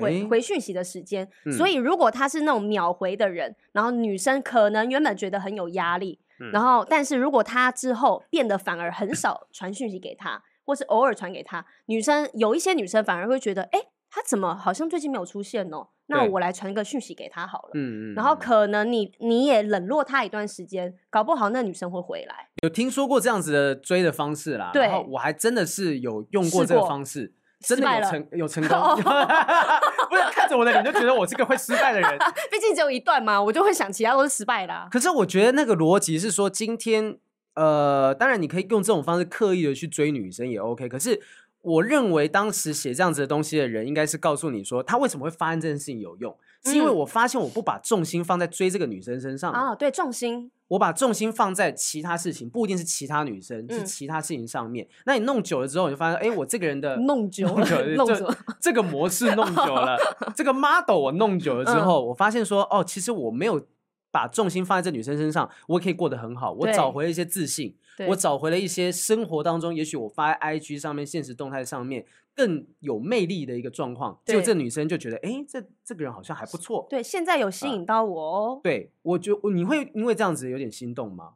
C: 回
B: 诶
C: 回讯息的时间，
B: 嗯
C: 所以如果他是那种秒回的人，然后女生可能原本觉得很有压力，然
B: 嗯
C: 后但是如果他之后变得反而很少传讯息给他，或是偶尔传给他，女生有一些女生反而会觉得，哎，他怎么好像最近没有出现哦？那
B: 对
C: 我来传个讯息给他好了。
B: 嗯嗯
C: 然后
B: 嗯
C: 可能你你也冷落他一段时间，搞不好那女生会回来。
B: 有听说过这样子的追的方式啦，然后
C: 对
B: 我还真的是有用过
C: 试
B: 这个
C: 过
B: 方式，真的
C: 失败
B: 有
C: 了
B: 成有成
C: 哦
B: 功， 不要看着我的脸就觉得我是个会失败的人。
C: 毕竟只有一段嘛，我就会想其他都是失败的、啊。
B: 可是我觉得那个逻辑是说，今天呃，当然你可以用这种方式刻意的去追女生也 OK，可是。我认为当时写这样子的东西的人，应该是告诉你说，他为什么会发现这件事情有用，是因为
C: 嗯
B: 我发现我不把重心放在追这个女生身上了，
C: 啊，对，重心
B: 我把重心放在其他事情，不一定是其他女生，是
C: 嗯
B: 其他事情上面。那你弄久了之后，你就发现，哎、我这个人的
C: 弄久了，
B: 弄
C: 弄
B: 久
C: 久
B: 了
C: 了，
B: 这这个模式弄久 了，这个 model 我弄久了之
C: 嗯
B: 后，我发现说，哦，其实我没有把重心放在这女生身上，我也可以过得很好，我
C: 对
B: 找回了一些自信，
C: 对
B: 我找回了一些生活当中，也许我发在 IG 上面、现实动态上面更有魅力的一个状况。结果
C: 对
B: 这女生就觉得，哎、这这个人好像还不错。
C: 对，现在有吸引到我
B: 啊
C: 哦。
B: 对，我觉你会因为这样子有点心动吗？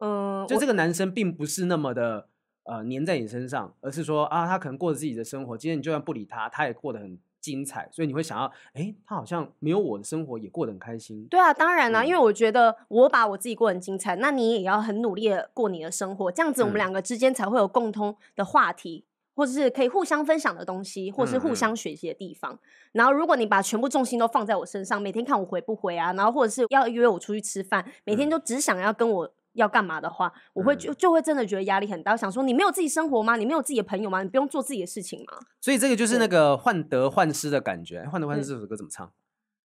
C: 嗯，
B: 就
C: 我
B: 这个男生并不是那么的呃黏在你身上，而是说啊，他可能过着自己的生活，今天你就算不理他，他也过得很精彩，所以你会想要，哎，他好像没有我的生活也过得很开心。
C: 对啊，当然啦、
B: 嗯
C: 因为我觉得我把我自己过得很精彩，那你也要很努力的过你的生活，这样子我
B: 嗯
C: 们两个之间才会有共通的话题，或者是可以互相分享的东西，或
B: 嗯
C: 是
B: 嗯
C: 互相学习的地方。然后，如果你把全部重心都放在我身上，每天看我回不回啊，然后或者是要约我出去吃饭，每
B: 嗯
C: 天都只想要跟我。要干嘛的话，我会就就会真的觉得压力很大。我想说，你没有自己生活吗？你没有自己的朋友吗？你不用做自己的事情吗？
B: 所以这个就是那
C: 对
B: 个患得患失的感觉。哎患得患失
C: 对
B: 这首歌怎么唱？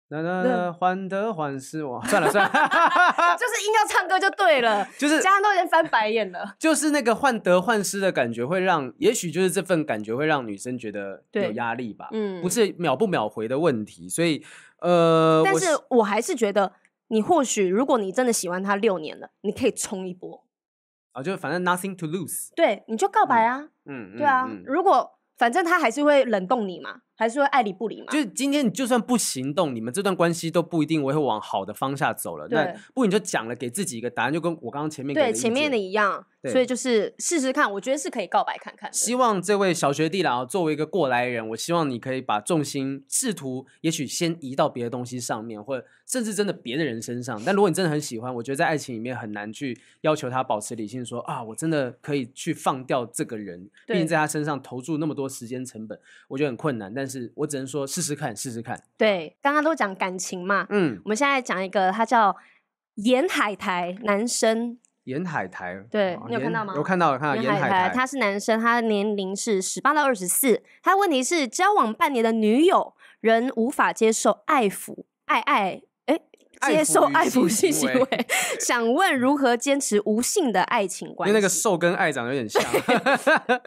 B: 啦啦
C: 对
B: 啦，患得患失，哇，算了算了，
C: 就是硬要唱歌就对了，
B: 就是
C: 家人都已经翻白眼了。
B: 就是那个患得患失的感觉，会让也许就是这份感觉会让女生觉得有
C: 对
B: 压力吧，
C: 嗯
B: 不是秒不秒回的问题。所以，呃，
C: 但
B: 我
C: 是我还是觉得，你或许如果你真的喜欢他六年了，你可以冲一波，
B: 啊，就反正 nothing to lose，
C: 对，你就告白啊，
B: 嗯，
C: 对啊。
B: 嗯嗯
C: 如果反正他还是会冷冻你嘛，还是会爱理不理嘛，
B: 就是今天你就算不行动，你们这段关系都不一定会往好的方向走了。那
C: 对
B: 不如你就讲了，给自己一个答案，就跟我刚刚前面给
C: 对
B: 意
C: 前面的
B: 见
C: 一样。
B: 对
C: 所以就是试试看，我觉得是可以告白看看的。
B: 希望这位小学弟啦，作为一个过来人，我希望你可以把重心试图，也许先移到别的东西上面，或者甚至真的别的人身上。但如果你真的很喜欢，我觉得在爱情里面很难去要求他保持理性说，啊，我真的可以去放掉这个人，毕竟
C: 对
B: 在他身上投注那么多时间成本，我觉得很困难。但是我只能说试试看，试试看。
C: 对，刚刚都讲感情嘛，
B: 嗯，
C: 我们现在讲一个，他叫严海苔男生。
B: 沿海台，
C: 对
B: 哦
C: 你有看
B: 沿
C: 到吗
B: 有看到，有看到
C: 袁海
B: 台
C: 苔，他是男生，他年龄是十八到二十四。他问题是交往半年的女友仍无法接受爱抚爱爱，哎、
B: 爱
C: 接
B: 抚
C: 受
B: 与
C: 爱抚
B: 性
C: 性行
B: 行
C: 为
B: 为，
C: 想问如何坚持无性的爱情
B: 因
C: 关
B: 为
C: 系？
B: 那个受跟爱长得有点像。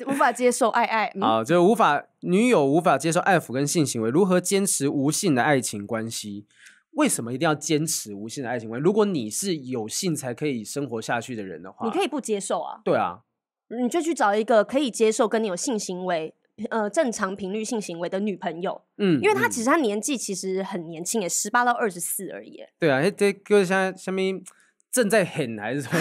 C: 无法接受爱 爱， 嗯、
B: 啊，就无法女友无法接受爱抚跟性行为，如何坚持无性的爱情关系？为什么一定要坚持无性的爱情关系？如果你是有性才可以生活下去的人的话，
C: 你可
B: 以
C: 以不接受啊，
B: 对啊，
C: 你就去找一个可以接受跟你有性行为。呃，正常频率性行为的女朋友，
B: 嗯，
C: 因为她其
B: 实、
C: 实她年纪其实很年轻耶，十八到二十四而已耶，
B: 对啊，这就是像下面正在很还 是什么，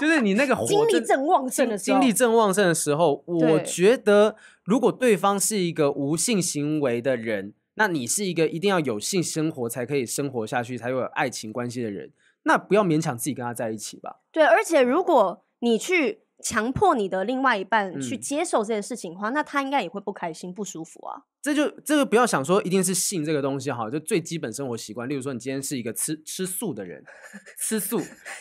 B: 就是你那个火
C: 精力
B: 正
C: 正旺盛的时候，
B: 哦精力正旺盛的时候，我
C: 对
B: 觉得如果对方是一个无性行为的人，那你是一个一定要有性生活才可以生活下去，才会有爱情关系的人，那不要勉强自己跟他在一起吧。
C: 对，而且如果你去强迫你的另外一半去
B: 嗯
C: 接受这件事情的话，那他应该也会不开心、不舒服啊。
B: 这就这个不要想说一定是性这个东西哈，就最基本生活习惯。例如说，你今天是一个吃吃素的 人，吃素，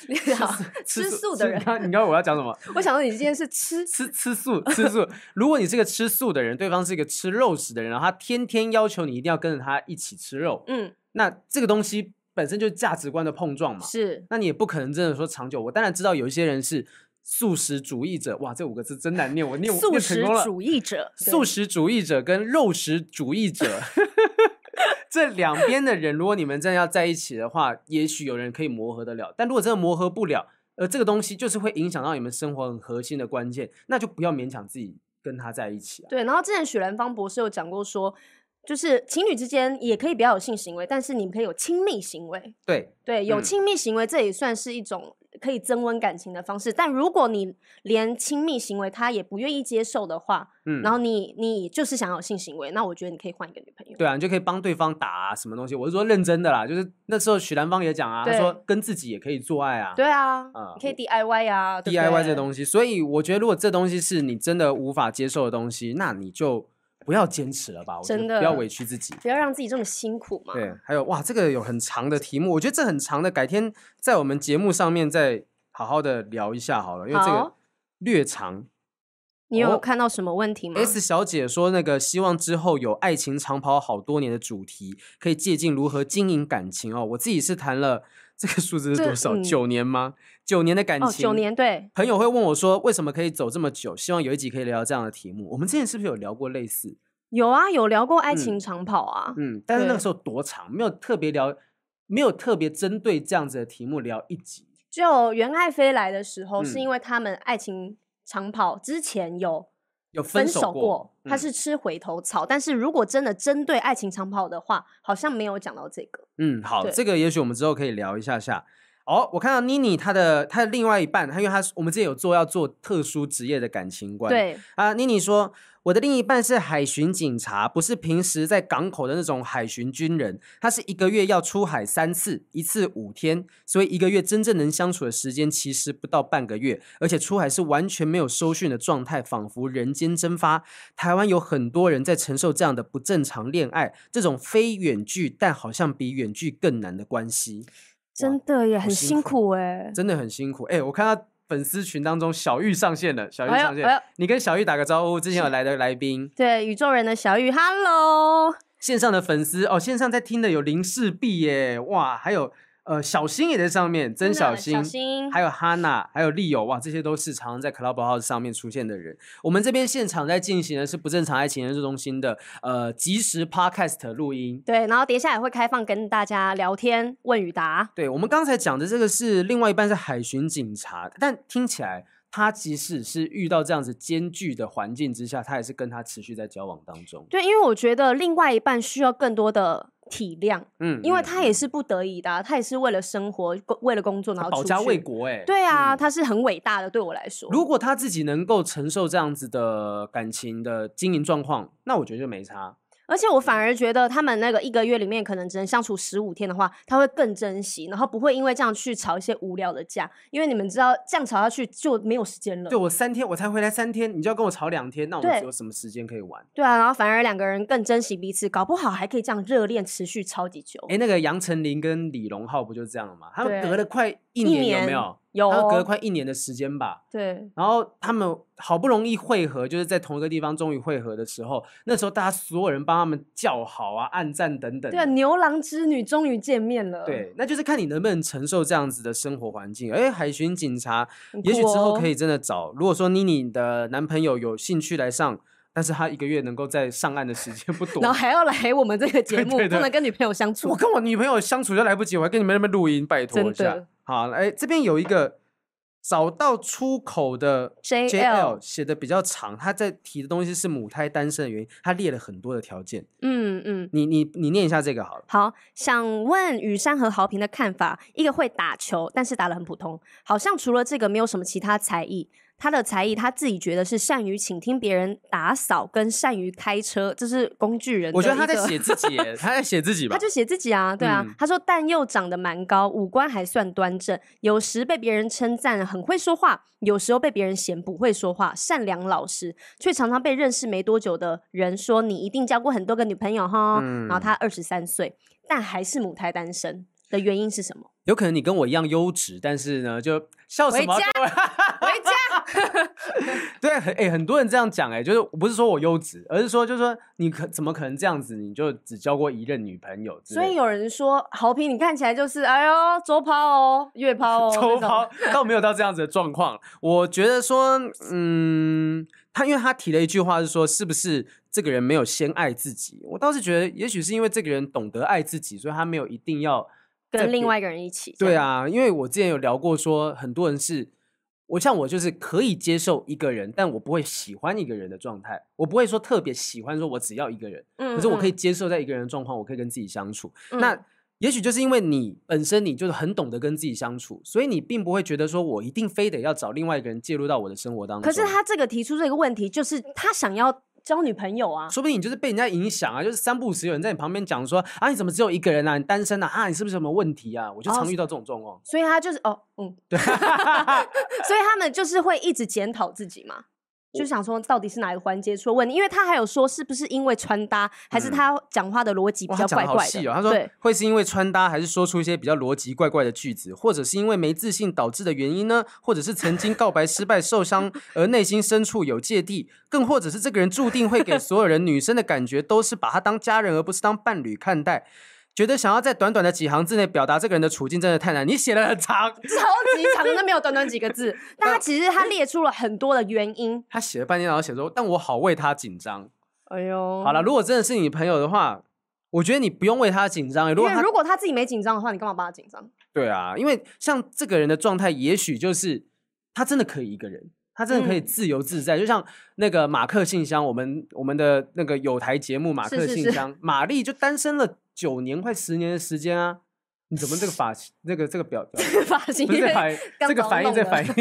C: 你好，吃素的人
B: 你，看你知道我要讲什么？
C: 啊我想说你今天 是吃，
B: 吃吃素，吃素。如果你是个吃素的人，对方是一个吃肉食的人，然后他天天要求你一定要跟着他一起吃肉，
C: 嗯，
B: 那这个东西本身就是价值观的碰撞嘛。
C: 是
B: 那你也不可能真的说长久。我当然知道有一些人是素食主义者，哇，这五个字真难念，我念
C: 素
B: 念成
C: 食
B: 功了。
C: 主义者，对
B: 素食主义者跟肉食主义者 这两边的人，如果你们真的要在一起的话，也许有人可以磨合得了，但如果真的磨合不了，呃，这个东西就是会影响到你们生活很核心的关键，那就不要勉强自己跟他在一起啊。
C: 对。然后之前许兰芳博士有讲过说，就是情侣之间也可以不要有性行为，但是你们可以有亲密行为。
B: 对，
C: 对，有
B: 嗯
C: 亲密行为，这也算是一种可以增温感情的方式。但如果你连亲密行为他也不愿意接受的话，
B: 嗯，
C: 然后你你就是想要有性行为，那我觉得你可以换一个女朋友。
B: 对啊，你就可以帮对方打、啊、什么东西。我是说认真的啦，就是那时候许兰芳也讲啊，她
C: 对
B: 说跟自己也可以做爱啊。
C: 对啊，
B: 啊
C: 你可以 DIY 啊
B: DIY 这
C: 西，
B: 东西，所以我觉得，如果这东西是你真的无法接受的东西，那你就不要坚持了吧，我觉
C: 真
B: 得不要
C: 的
B: 委屈自己。
C: 不要让自己这么辛苦嘛。
B: 对，还有哇，这个有很长的题目，我觉得这很长的，改天在我们节目上面再好好的聊一下好了，因为这个
C: 好
B: 略长。
C: 你有
B: 哦
C: 看到什么问题吗？
B: S 小姐说，那个希望之后有爱情长跑好多年的主题，可以借鉴如何经营感情哦。我自己是谈了这个数字是
C: 这
B: 多少？
C: 嗯
B: 九、年吗？九年的感情，
C: 哦，九年对，
B: 朋友会问我说，为什么可以走这么久？希望有一集可以聊到这样的题目。我们之前是不是有聊过类似？
C: 有啊，有聊过爱
B: 嗯
C: 情长跑啊。
B: 嗯，但是那个
C: 对
B: 时候多长，没有特别聊，没有特别针对这样子的题目聊一集。
C: 就袁爱飞来的时候，是
B: 嗯
C: 因为他们爱情长跑之前有
B: 有
C: 分
B: 手
C: 手过，他
B: 嗯
C: 是吃回头草。但是如果真的针对爱情长跑的话，好像没有讲到这个。
B: 嗯，好，
C: 对
B: 这个也许我们之后可以聊一下下。哦，我看到妮妮她的她的另外一半，她因为她是我们之前有做要做特殊职业的感情观，
C: 对，
B: 啊，妮妮说，我的另一半是海巡警察，不是平时在港口的那种海巡军人。他是一个月要出海三次，一次五天，所以一个月真正能相处的时间其实不到半个月，而且出海是完全没有收讯的状态，仿佛人间蒸发。台湾有很多人在承受这样的不正常恋爱，这种非远距但好像比远距更难的关系，
C: 真的也
B: 好
C: 很
B: 辛
C: 辛
B: 苦
C: 苦哎。
B: 真的很辛苦。哎、我看到粉丝群当中小玉上线了，小玉
C: 哎呦
B: 上线，
C: 哎呦
B: 你跟小玉打个招呼。之前有来的来宾。
C: 对，宇宙人的小雨，Hello。
B: 线上的粉丝哦，线上在听的有林世璧耶，哇，还有呃小新也在上面，曾
C: 的
B: 小新，
C: 小新
B: 还有哈娜，还有丽友，哇，这些都是常常在 Clubhouse 上面出现的人。我们这边现场在进行的是不正常爱情人这中心的呃即时 Podcast 录音。
C: 对，然后等一下也会开放跟大家聊天、问与答。
B: 对我们刚才讲的这个是另外一半是海巡警察，但听起来他即使是遇到这样子艰巨的环境之下，他也是跟他持续在交往当中。
C: 对，因为我觉得另外一半需要更多的体谅，
B: 嗯，
C: 因为
B: 嗯
C: 他也是不得已的啊、他也是为了生活、工为了工作，然后
B: 保
C: 出
B: 家卫
C: 去。
B: 国哎、
C: 对啊，
B: 嗯
C: 他是很伟大的，对我来说。
B: 如果他自己能够承受这样子的感情的经营状况，那我觉得就没差。
C: 而且我
B: 嗯
C: 反而觉得他们那个一个月里面可能只能相处十五天的话，他会更珍惜，然后不会因为这样去吵一些无聊的架，因为你们知道这样吵下去就没有时间了。
B: 对我三天我才回来三天，你就要跟我吵两天，那我
C: 对
B: 们只有什么时间可以玩？
C: 对啊，然后反而两个人更珍惜彼此，搞不好还可以这样热恋持续超级久。
B: 哎，那个杨丞琳跟李荣浩不就这样了吗？他们
C: 对
B: 隔了快一
C: 一
B: 年有没
C: 年
B: 有？
C: 有
B: 他隔
C: 哦
B: 了快一年的时间吧。
C: 对，
B: 然后他们好不容易汇合，就是在同一个地方终于汇合的时候，那时候大家所有人帮他们叫好啊、暗赞等等的。
C: 对啊，牛郎织女终于见面了。
B: 对，那就是看你能不能承受这样子的生活环境。哎，海巡警察，
C: 很酷哦，
B: 也许之后可以真的找。如果说妮妮的男朋友有兴趣来上，但是他一个月能够在上岸的时间不多
C: 然。后还要来我们这个节 目，
B: 对
C: 不
B: 对
C: 能跟女朋友相处
B: 我。跟我女朋友相处就来不及，我还跟你们那边录音，拜托一
C: 真的
B: 下。好，哎，这边有一个找到出口的
C: JL
B: 写的比较长，他在提的东西是母胎单身的原因，他列了很多的条件。
C: 嗯嗯，
B: 你你你念一下这个好了。
C: 好，想问雨山和豪平的看法。一个会打球，但是打得很普通，好像除了这个没有什么其他才艺。他的才艺他自己觉得是善于倾听别人、打扫跟善于开车，这是工具人的
B: 我
C: 一个。
B: 觉得他在写自己 耶，他在写自己吧
C: 他。就写自己啊，对啊，
B: 嗯
C: 他说但又长得蛮高，五官还算端正，有时被别人称赞很会说话，有时候被别人嫌不会说话，善良老实，却常常被认识没多久的人说你一定交过很多个女朋友哈。
B: 嗯
C: 然后他二十三岁，但还是母胎单身的原因是什么？
B: 有可能你跟我一样优质，但是呢，就笑什么啊？各位
C: 回 家，
B: 对，很哎、很多人这样讲哎、就是我不是说我优质，而是说就是说你可怎么可能这样子？你就只交过一任女朋友之
C: 所
B: 类
C: 以
B: 的，
C: 有人说豪平，你看起来就是哎呦周抛哦，月抛哦，
B: 周
C: 这种
B: 抛倒没有到这样子的状况。我觉得说，嗯，他因为他提了一句话是说，是不是这个人没有先爱自己？我倒是觉得，也许是因为这个人懂得爱自己，所以他没有一定要在
C: 跟另
B: 别
C: 外一个人一起。
B: 对，啊，因为我之前有聊过说，很多人是我像我就是可以接受一个人，但我不会喜欢一个人的状态，我不会说特别喜欢，说我只要一个人，
C: 嗯
B: 可是我可以
C: 嗯
B: 接受在一个人的状况，我可以跟自己相处。
C: 嗯
B: 那也许就是因为你本身你就是很懂得跟自己相处，所以你并不会觉得说我一定非得要找另外一个人介入到我的生活当中。
C: 可是他这个提出这个问题，就是
B: 嗯
C: 他想要交女朋友啊。
B: 说不定你就是被人家影响啊，就是三不五时有人在你旁边讲说啊，你怎么只有一个人啊？你单身啊？啊，你是不是有什么问题啊？我就
C: 哦
B: 常遇到这种状况。
C: 所以他就是哦， 嗯，对，所以他们就是会一直检讨自己嘛，就想说到底是哪一个环节出了问题？因为他还有说是不是因为穿搭，还是他讲话的逻辑
B: 嗯
C: 比
B: 哇，
C: 较
B: 他讲
C: 怪
B: 的好
C: 怪
B: 细
C: 的？
B: 哦。他说
C: 对，
B: 会是因为穿搭，还是说出一些比较逻辑怪怪的句子，或者是因为没自信导致的原因呢？或者是曾经告白失败受伤，而内心深处有芥蒂，更或者是这个人注定会给所有人女生的感觉都是把他当家人而不是当伴侣看待。觉得想要在短短的几行字内表达这个人的处境真的太难，你写的很长，
C: 超级长，那没有短短几个字，但他其实他列出了很多的原 因。
B: 他写了半天，然后写说，但我好为他紧张。
C: 哎呦，
B: 好了，，如果真的是你朋友的话，我觉得你不用为他紧张、欸如
C: 因
B: 果
C: 为
B: 他
C: 如果他自己没紧张的话，你干嘛帮他紧张？
B: 对啊，因为像这个人的状态，也许就是他真的可以一个人，他真的可以
C: 嗯
B: 自由自在，就像那个马克信箱，我们我们的那个有台节目马
C: 是
B: 克
C: 是
B: 信
C: 是
B: 箱，玛丽就单身了九年，快十年的时间啊！你怎么这个发型，那个这个表表
C: 发型
B: 不是
C: 因为
B: 反应，
C: 刚
B: 这个
C: 刚
B: 反应，
C: 弄
B: 这
C: 的
B: 个反应，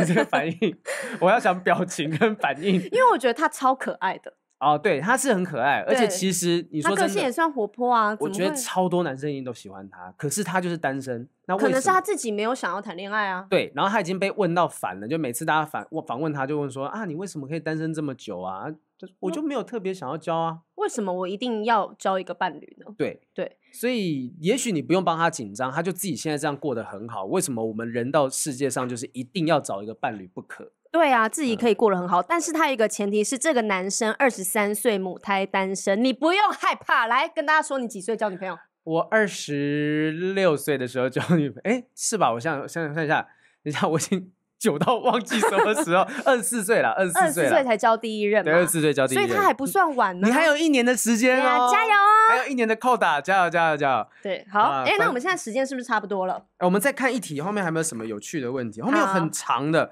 B: 你这个反应，我要想表情跟反 应
C: 因为我觉得他超可爱的，
B: 哦，对，他是很可爱，而且
C: 对
B: 其实你
C: 他
B: 说
C: 个
B: 真
C: 性也
B: 的，
C: 算活泼啊。
B: 我
C: 怎么
B: 觉得
C: 会
B: 超多男生一定都喜欢他，可是他就是单身，那为
C: 可能
B: 什
C: 是他
B: 么
C: 自己没有想要谈恋爱啊。
B: 对，然后他已经被问到烦了，就每次大家反问访问他，就问说啊，你为什么可以单身这么久啊？就我就没有特别想要交啊。
C: 为什么我一定要交一个伴侣呢？
B: 对
C: 对，
B: 所以也许你不用帮他紧张，他就自己现在这样过得很好。为什么我们人到世界上就是一定要找一个伴侣不可？
C: 对啊，自己
B: 嗯
C: 可以过得很好，但是他有一个前提是，这个男生二十三岁，母胎单身，你不用害怕。来跟大家说，你几岁交女朋友？
B: 我二十六岁的时候交女朋友，哎，是吧？我想想想一下，等一下我已经 久到忘记什么时候， 二十四岁了，二十
C: 二
B: 四
C: 十
B: 岁
C: 四岁
B: 了，
C: 才交第一任嘛，
B: 对，二十四岁交第一
C: 所以
B: 任，嗯
C: 他还不算晚呢。
B: 你还有一年的时
C: 对
B: 间
C: 啊，
B: 哦，
C: 加油！哦！
B: 还有一年的扣打，加油加油加油！
C: 对，好，
B: 啊
C: 哎、那
B: 反
C: 我们现在时间是不是差不多了？
B: 哎我们再看一题，后面还有没有什么有趣的问题？后面有
C: 好
B: 很长的，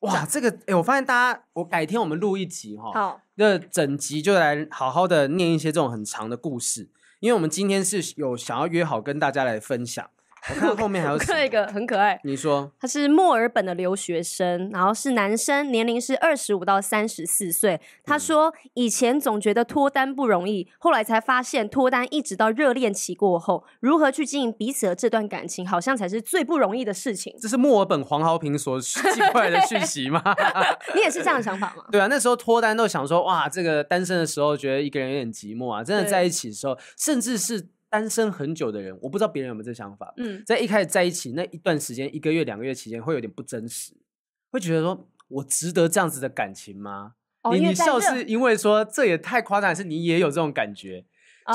B: 哇，这个哎、我发现大家，我改天我们录一集哈，
C: 好，
B: 那整集就来好好的念一些这种很长的故事，因为我们今天是有想要约好跟大家来分享。我看后面还 有什
C: 看了一
B: 么？
C: 个很可爱，
B: 你说
C: 他是墨尔本的留学生，然后是男生，年龄是二十五到三十四岁。
B: 嗯
C: 他说，以前总觉得脱单不容易，后来才发现脱单一直到热恋期过后，如何去经营彼此的这段感情，好像才是最不容易的事情。
B: 这是墨尔本黄豪平所 寄过来的讯息吗？
C: 你也是这样的想法吗？
B: 对啊，那时候脱单都想说，哇，这个单身的时候觉得一个人有点寂寞啊，真的
C: 对
B: 在一起的时候，甚至是单身很久的人，我不知道别人有没有这想法，
C: 嗯，
B: 在一开始在一起那一段时间，一个月、两个月期间，会有点不真实，会觉得说我值得这样子的感情吗？
C: 哦，
B: 你
C: 因为
B: 你
C: 在
B: 笑
C: 热
B: 是因为说这也太夸张，还是你也有这种感觉？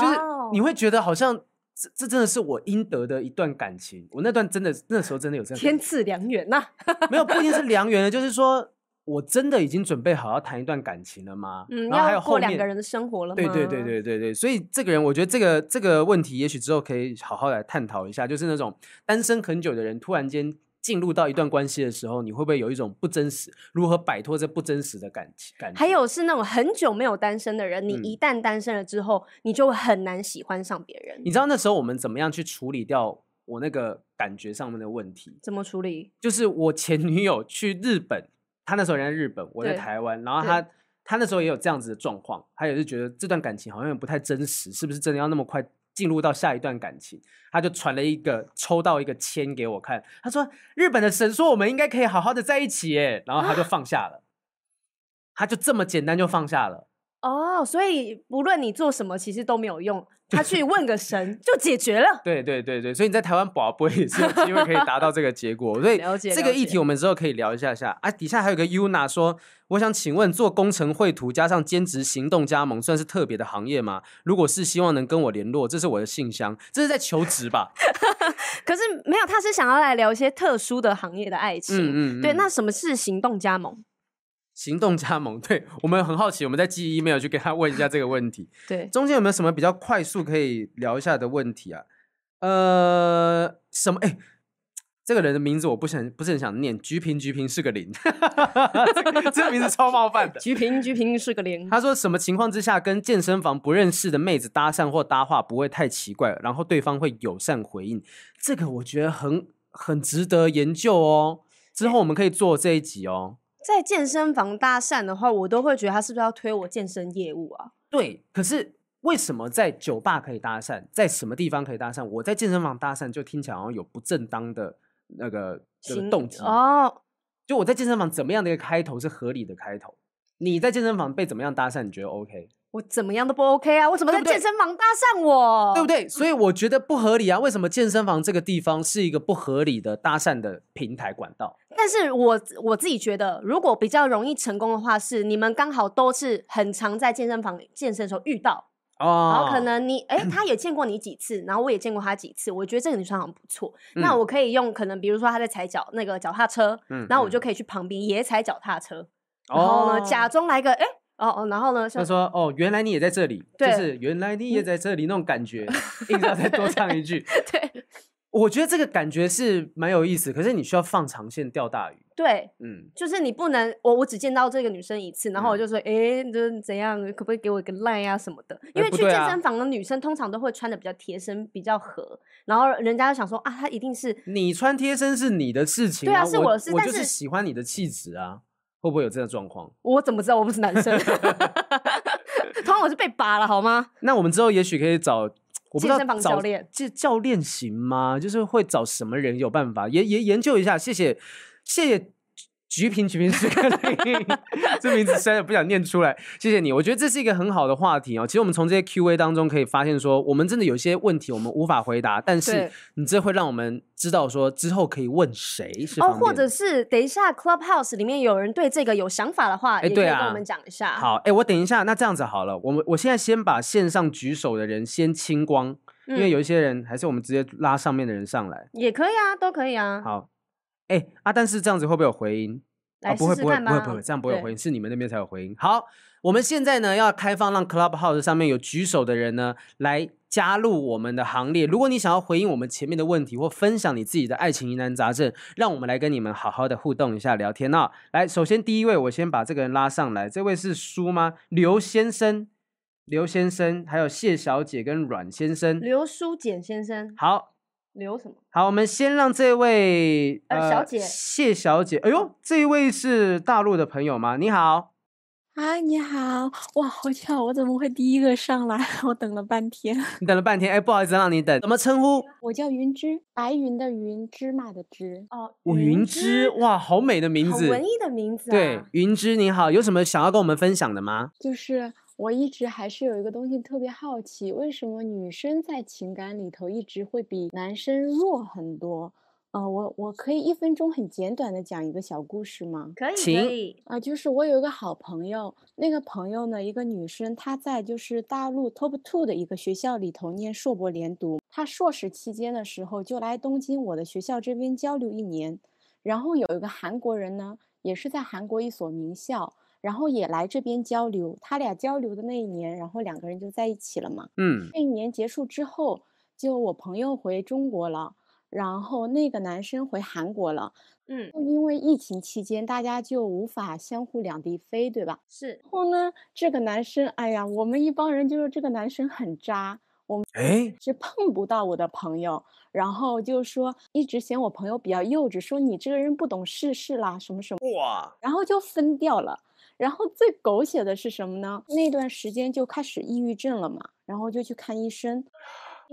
B: 就是
C: 哦
B: 你会觉得好像这这真的是我应得的一段感情，我那段真的那时候真的有这样感
C: 天
B: 觉，
C: 赐良缘 呐、
B: 没有不一定是良缘的，就是说我真的已经准备好要谈一段感情了吗？
C: 嗯，
B: 然后还有
C: 要
B: 后
C: 过
B: 面
C: 两个人的生活了吗？
B: 对对对对对对，所以这个人，我觉得这个这个问题，也许之后可以好好来探讨一下，就是那种单身很久的人，突然间进入到一段关系的时候，你会不会有一种不真实？如何摆脱这不真实的感情？感
C: 还
B: 觉
C: 有是那种很久没有单身的人，你
B: 嗯
C: 一旦单身了之后，你就会很难喜欢上别人
B: 你。知道那时候我们怎么样去处理掉我那个感觉上面的问题？
C: 怎么处理？
B: 就是我前女友去日本，她那时候人在日本，我在
C: 对
B: 台湾，然后
C: 对
B: 她她那时候也有这样子的状况，她也是觉得这段感情好像也不太真实，是不是真的要那么快进入到下一段感情？她就传了一个抽到一个签给我看，她说日本的神说我们应该可以好好的在一起耶，然后她就放下了，她就这么简单就放下了。
C: 哦，所以不论你做什么，其实都没有用。他去问个 神就解决了。
B: 对对对对，所以你在台湾宝贝也是有机会可以达到这个结果，所以
C: 了解
B: 这个
C: 了
B: 议
C: 解
B: 题我们之后可以聊一下下啊。底下还有一个 Yuna 说，我想请问做工程绘图加上兼职行动加盟算是特别的行业吗？如果是，希望能跟我联络，这是我的信箱，这是在求职 吧？
C: 可是没有，他是想要来聊一些特殊的行业的爱情。
B: 嗯嗯，
C: 对，
B: 嗯
C: 那什么是行动加盟？
B: 行动加盟，对我们很好奇，我们在寄 email 去跟他问一下这个问题。
C: 对，
B: 中间有没有什么比较快速可以聊一下的问题啊？呃，什么？哎、这个人的名字我不想，不是很想念。菊萍，菊萍是个零， 这个这个名字超冒犯的。
C: 菊萍，菊萍是个零。
B: 他说什么情况之下跟健身房不认识的妹子搭讪或搭话不会太奇怪，然后对方会友善回应？这个我觉得很很值得研究哦。之后我们可以做这一集哦。
C: 在健身房搭讪的话，我都会觉得他是不是要推我健身业务啊？
B: 对，可是为什么在酒吧可以搭讪，在什么地方可以搭讪？我在健身房搭讪就听起来好像有不正当的那个那个
C: 行
B: 动机。
C: 哦，
B: 就我在健身房怎么样的一个开头是合理的开头？你在健身房被怎么样搭讪，你觉得 OK，、
C: 我怎么样都不 OK 啊？为什么
B: 对
C: 在
B: 不对
C: 健身房搭讪我？
B: 对不对？所以我觉得不合理啊！为什么健身房这个地方是一个不合理的搭讪的平台管道？
C: 但是我我自己觉得，如果比较容易成功的话，是你们刚好都是很常在健身房健身的时候遇到，然
B: 哦
C: 后可能你哎、 他也见过你几次，然后我也见过他几次，我觉得这个女生好像不错，那
B: 嗯
C: 我可以用可能比如说她在踩脚那个脚踏车，
B: 嗯
C: 然后我就
B: 嗯
C: 可以去旁边也踩脚踏车，然后呢、
B: 哦
C: 假装来个哎、哦哦，然后呢
B: 他
C: 像
B: 说：“哦，原来你也在这里，就
C: 对嗯
B: 是原来你也在这里那种感 觉，硬是要再多唱一句。
C: 对
B: 我觉得这个感觉是蛮有意思，可是你需要放长线钓大鱼。
C: 对。
B: 嗯，
C: 就是你不能，我我只见到这个女生一次，然后我就说，诶，这怎样？可不可以给我一个 line 啊什么的？因为
B: 不
C: 去
B: 对
C: 健
B: 啊
C: 身房的女生通常都会穿的比较贴身，比较合，然后人家就想说啊，她一定是
B: 你穿贴身是你的事情、
C: 对啊
B: 啊，
C: 是
B: 我
C: 我的事
B: 我
C: 但
B: 就是
C: 是
B: 喜欢你的气质啊，会不会有这个状况？
C: 我怎么知道我不是男生？ 通常我是被拔了好吗？
B: 那我们之后也许可以找，我不知道
C: 健身房
B: 找
C: 教练
B: 这教练行吗？就是会找什么人有办法，也也研究一下。谢谢，谢谢。菊萍，菊萍是 个零，这名字实在不想念出来。谢谢你，我觉得这是一个很好的话题哦。其实我们从这些 Q&A 当中可以发现说，我们真的有些问题我们无法回答，但是
C: 对
B: 你这会让我们知道说之后可以问谁是
C: 哦，
B: 方
C: 或
B: 便
C: 者是等一下 Clubhouse 里面有人对这个有想法的话，
B: 诶
C: 也可
B: 对
C: 以跟
B: 啊
C: 我们讲一下。，
B: 好，哎、我等一下，那这样子好了，我们我现在先把线上举手的人先清光，因为
C: 嗯
B: 有一些人还是我们直接拉上面的人上来。
C: 也可以啊，都可以啊。
B: 好，哎、啊，但是这样子会不会有回音？啊、
C: 来
B: 不
C: 试
B: 会
C: 试
B: 不会
C: 看
B: 不
C: 吧。
B: 会不会，这样不会有
C: 对
B: 回音，是你们那边才有回音。好，我们现在呢要开放让 Clubhouse 上面有举手的人呢来加入我们的行列。如果你想要回应我们前面的问题或分享你自己的爱情疑难杂症，让我们来跟你们好好的互动一下聊天啊、来，首先第一位，我先把这个人拉上来，这位是苏吗？刘先生，刘先生，还有谢小姐跟阮先生。
C: 刘书简先生，
B: 好，
C: 刘什么？
B: 好，我们先让这位
C: 呃小姐
B: 谢小姐，哎呦，这一位是大陆的朋友吗？你好，
D: 嗨，啊你好！哇，好巧，我怎么会第一个上来？ 我等了半天。
B: 你等了半天，哎，不好意思让你等，怎么称呼？
D: 我叫云芝，白云的云，芝麻的芝。
C: 哦，
B: 云芝，哇，好美的名
C: 好
B: 字
C: 文，艺的名字啊。
B: 对，云芝你好，有什么想要跟我们分享的吗？
D: 就是我一直还是有一个东西特别好奇，为什么女生在情感里头一直会比男生弱很多？呃，我我可以一分钟很简短的讲一个小故事吗？
C: 可以
B: 请
C: 可以，
D: 啊，就是我有一个好朋友，那个朋友呢，一个女生，她在就是大陆 top two 的一个学校里头念硕博连读。她硕士期间的时候就来东京我的学校这边交流一年，然后有一个韩国人呢，也是在韩国一所名校，然后也来这边交流。他俩交流的那一年，然后两个人就在一起了嘛。
B: 嗯，
D: 那一年结束之后，就我朋友回中国了，然后那个男生回韩国了。
C: 嗯，
D: 就因为疫情期间，大家就无法相互两地飞，对吧？
C: 是
D: 然后呢，这个男生，哎呀，我们一帮人就是这个男生很渣，
B: 哎，
D: 是碰不到我的朋友，然后就说一直嫌我朋友比较幼稚，说你这个人不懂世事啦，什么什么。
B: 哇，
D: 然后就分掉了。然后最狗血的是什么呢？那段时间就开始抑郁症了嘛，然后就去看医生。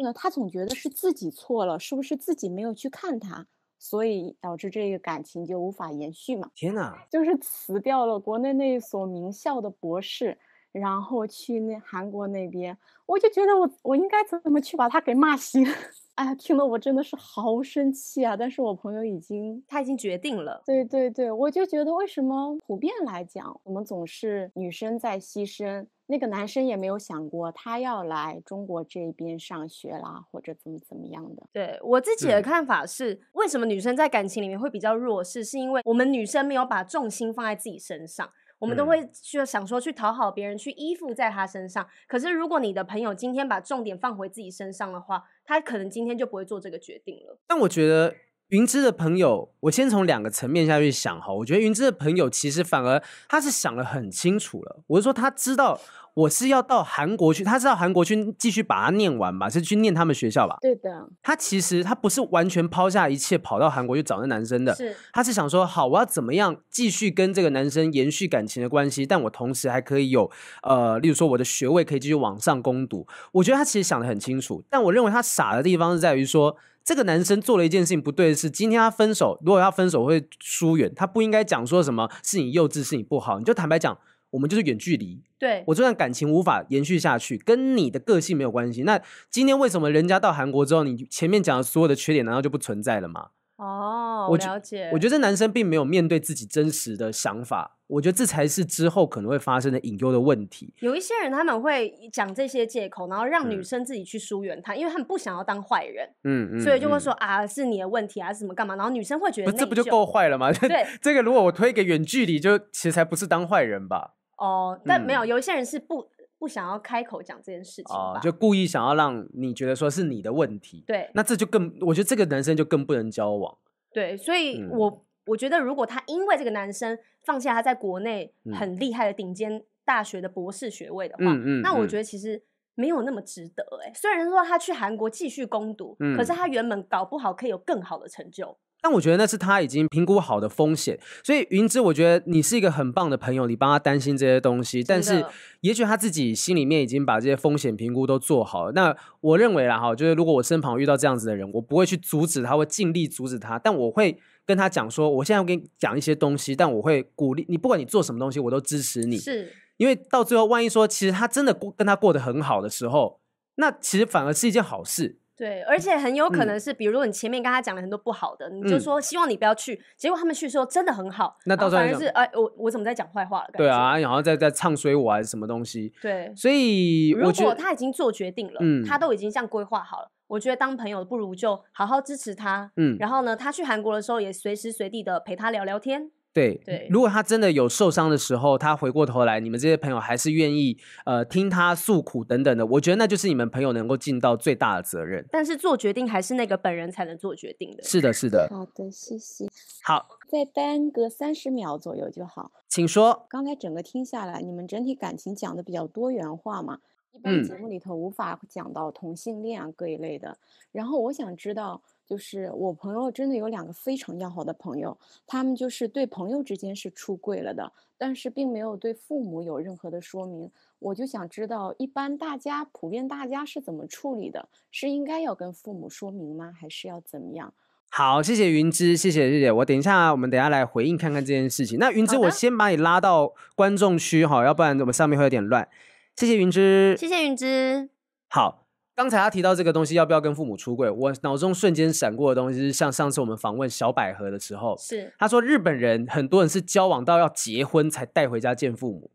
D: 呃，他总觉得是自己错了，是不是自己没有去看他，所以导致这个感情就无法延续嘛？
B: 天哪，
D: 就是辞掉了国内那一所名校的博士，然后去那韩国那边，我就觉得我我应该怎么去把他给骂醒？ 哎呀，听得我真的是好生气啊！但是我朋友已经
C: 他已经决定了，
D: 对对对，我就觉得为什么普遍来讲，我们总是女生在牺牲，那个男生也没有想过他要来中国这边上学啦，或者怎么怎么样的。
C: 对我自己的
B: 嗯
C: 看法是，为什么女生在感情里面会比较弱势，是因为我们女生没有把重心放在自己身上。我们都
B: 嗯
C: 会去想说去讨好别人，去依附在他身上。可是如果你的朋友今天把重点放回自己身上的话，他可能今天就不会做这个决定了。
B: 但我觉得云芝的朋友，我先从两个层面下去想哈。我觉得云芝的朋友其实反而他是想的很清楚了。我是说，他知道我是要到韩国去，他知道韩国去继续把它念完吧，是去念他们学校吧。
D: 对的，
B: 他其实他不是完全抛下一切跑到韩国去找那男生的，
C: 是，
B: 他是想说，好，我要怎么样继续跟这个男生延续感情的关系，但我同时还可以有，呃，例如说我的学位可以继续往上攻读。我觉得他其实想得很清楚，但我认为他傻的地方是在于说，这个男生做了一件事情不对的事，今天他分手，如果要分手会疏远，他不应该讲说什么是你幼稚，是你不好，你就坦白讲，我们就是远距离，
C: 对，
B: 我这段感情无法延续下去，跟你的个性没有关系。那今天为什么人家到韩国之后，你前面讲的所有的缺点难道就不存在了吗？
C: 哦，
B: 我觉
C: 了解。
B: 我觉得这男生并没有面对自己真实的想法，我觉得这才是之后可能会发生的隐忧的问题。
C: 有一些人他们会讲这些借口，然后让女
B: 嗯
C: 生自己去疏远他，因为他们不想要当坏人，
B: 嗯，嗯
C: 所以就会
B: 嗯
C: 说啊是你的问题啊，是什么干嘛？然后女生会觉
B: 不
C: 得
B: 是，这不就
C: 内疚
B: 够坏了吗？
C: 对
B: 这个如果我推给远距离，就其实才不是当坏人吧？
C: 哦，但没有，
B: 嗯
C: 有一些人是不不想要开口讲这件事情
B: 啊、
C: 吧？
B: 就故意想要让你觉得说是你的问题，
C: 对
B: 那这就更，我觉得这个男生就更不能交往。
C: 对，所以
B: 嗯
C: 我、我觉得，如果他因为这个男生放下他在国内
B: 嗯
C: 很厉害的顶尖大学的博士学位的话，
B: 嗯嗯，
C: 那我
B: 嗯
C: 觉得其实。没有那么值得哎、欸，虽然说他去韩国继续攻读，可是
B: 嗯
C: 他原本搞不好可以有更好的成就。
B: 但我觉得那是他已经评估好的风险，所以云芝，我觉得你是一个很棒的朋友，你帮他担心这些东西，但是
C: 的
B: 也许他自己心里面已经把这些风险评估都做好了。那我认为啦哈，就是如果我身旁遇到这样子的人，我不会去阻止他，会尽力阻止他，但我会跟他讲说，我现在要跟你讲一些东西，但我会鼓励你，不管你做什么东西，我都支持你。
C: 是
B: 因为到最后，万一说其实他真的过跟他过得很好的时候，那其实反而是一件好事。
C: 对，而且很有可
B: 嗯
C: 能是，比如说你前面跟他讲了很多不好的，你就
B: 嗯
C: 说希望你不要去，结果他们去说真的很好，
B: 那
C: 然后
B: 到时候
C: 反而
B: 还
C: 是
B: 想
C: 哎，我我怎么在讲坏话了？感
B: 对
C: 觉
B: 啊，然后再再唱衰我啊还是什么东西，
C: 对，
B: 所以
C: 如
B: 我觉
C: 果
B: 得
C: 他已经做决定了，
B: 嗯
C: 他都已经这样规划好了，我觉得当朋友不如就好好支持他。
B: 嗯，
C: 然后呢，他去韩国的时候也随时随地的陪他聊聊天。
B: 对
C: 对
B: 如果他真的有受伤的时候，他回过头来，你们这些朋友还是愿意呃听他诉苦等等的，我觉得那就是你们朋友能够尽到最大的责任。
C: 但是做决定还是那个本人才能做决定的。
B: 是的，是的。
D: 好的，谢谢。
B: 好，
D: 再耽搁三十秒左右就好。
B: 请说。
D: 刚才整个听下来，你们整体感情讲的比较多元化嘛，一般节目里头无法讲到同性恋啊各一类的。然后我想知道，就是我朋友真的有两个非常要好的朋友，他们就是对朋友之间是出柜了的，但是并没有对父母有任何的说明。我就想知道，一般大家普遍大家是怎么处理的？是应该要跟父母说明吗？还是要怎么样？
B: 好，谢谢云芝，谢谢谢谢。我等一下，我们等一下来回应看看这件事情。那云芝，
C: 好的
B: 我先把你拉到观众区哈，要不然我们上面会有点乱。谢谢云芝，
C: 谢谢云芝。
B: 好，刚才他提到这个东西要不要跟父母出柜，我脑中瞬间闪过的东西是，像上次我们访问小百合的时候，
C: 是
B: 他说日本人很多人是交往到要结婚才带回家见父母，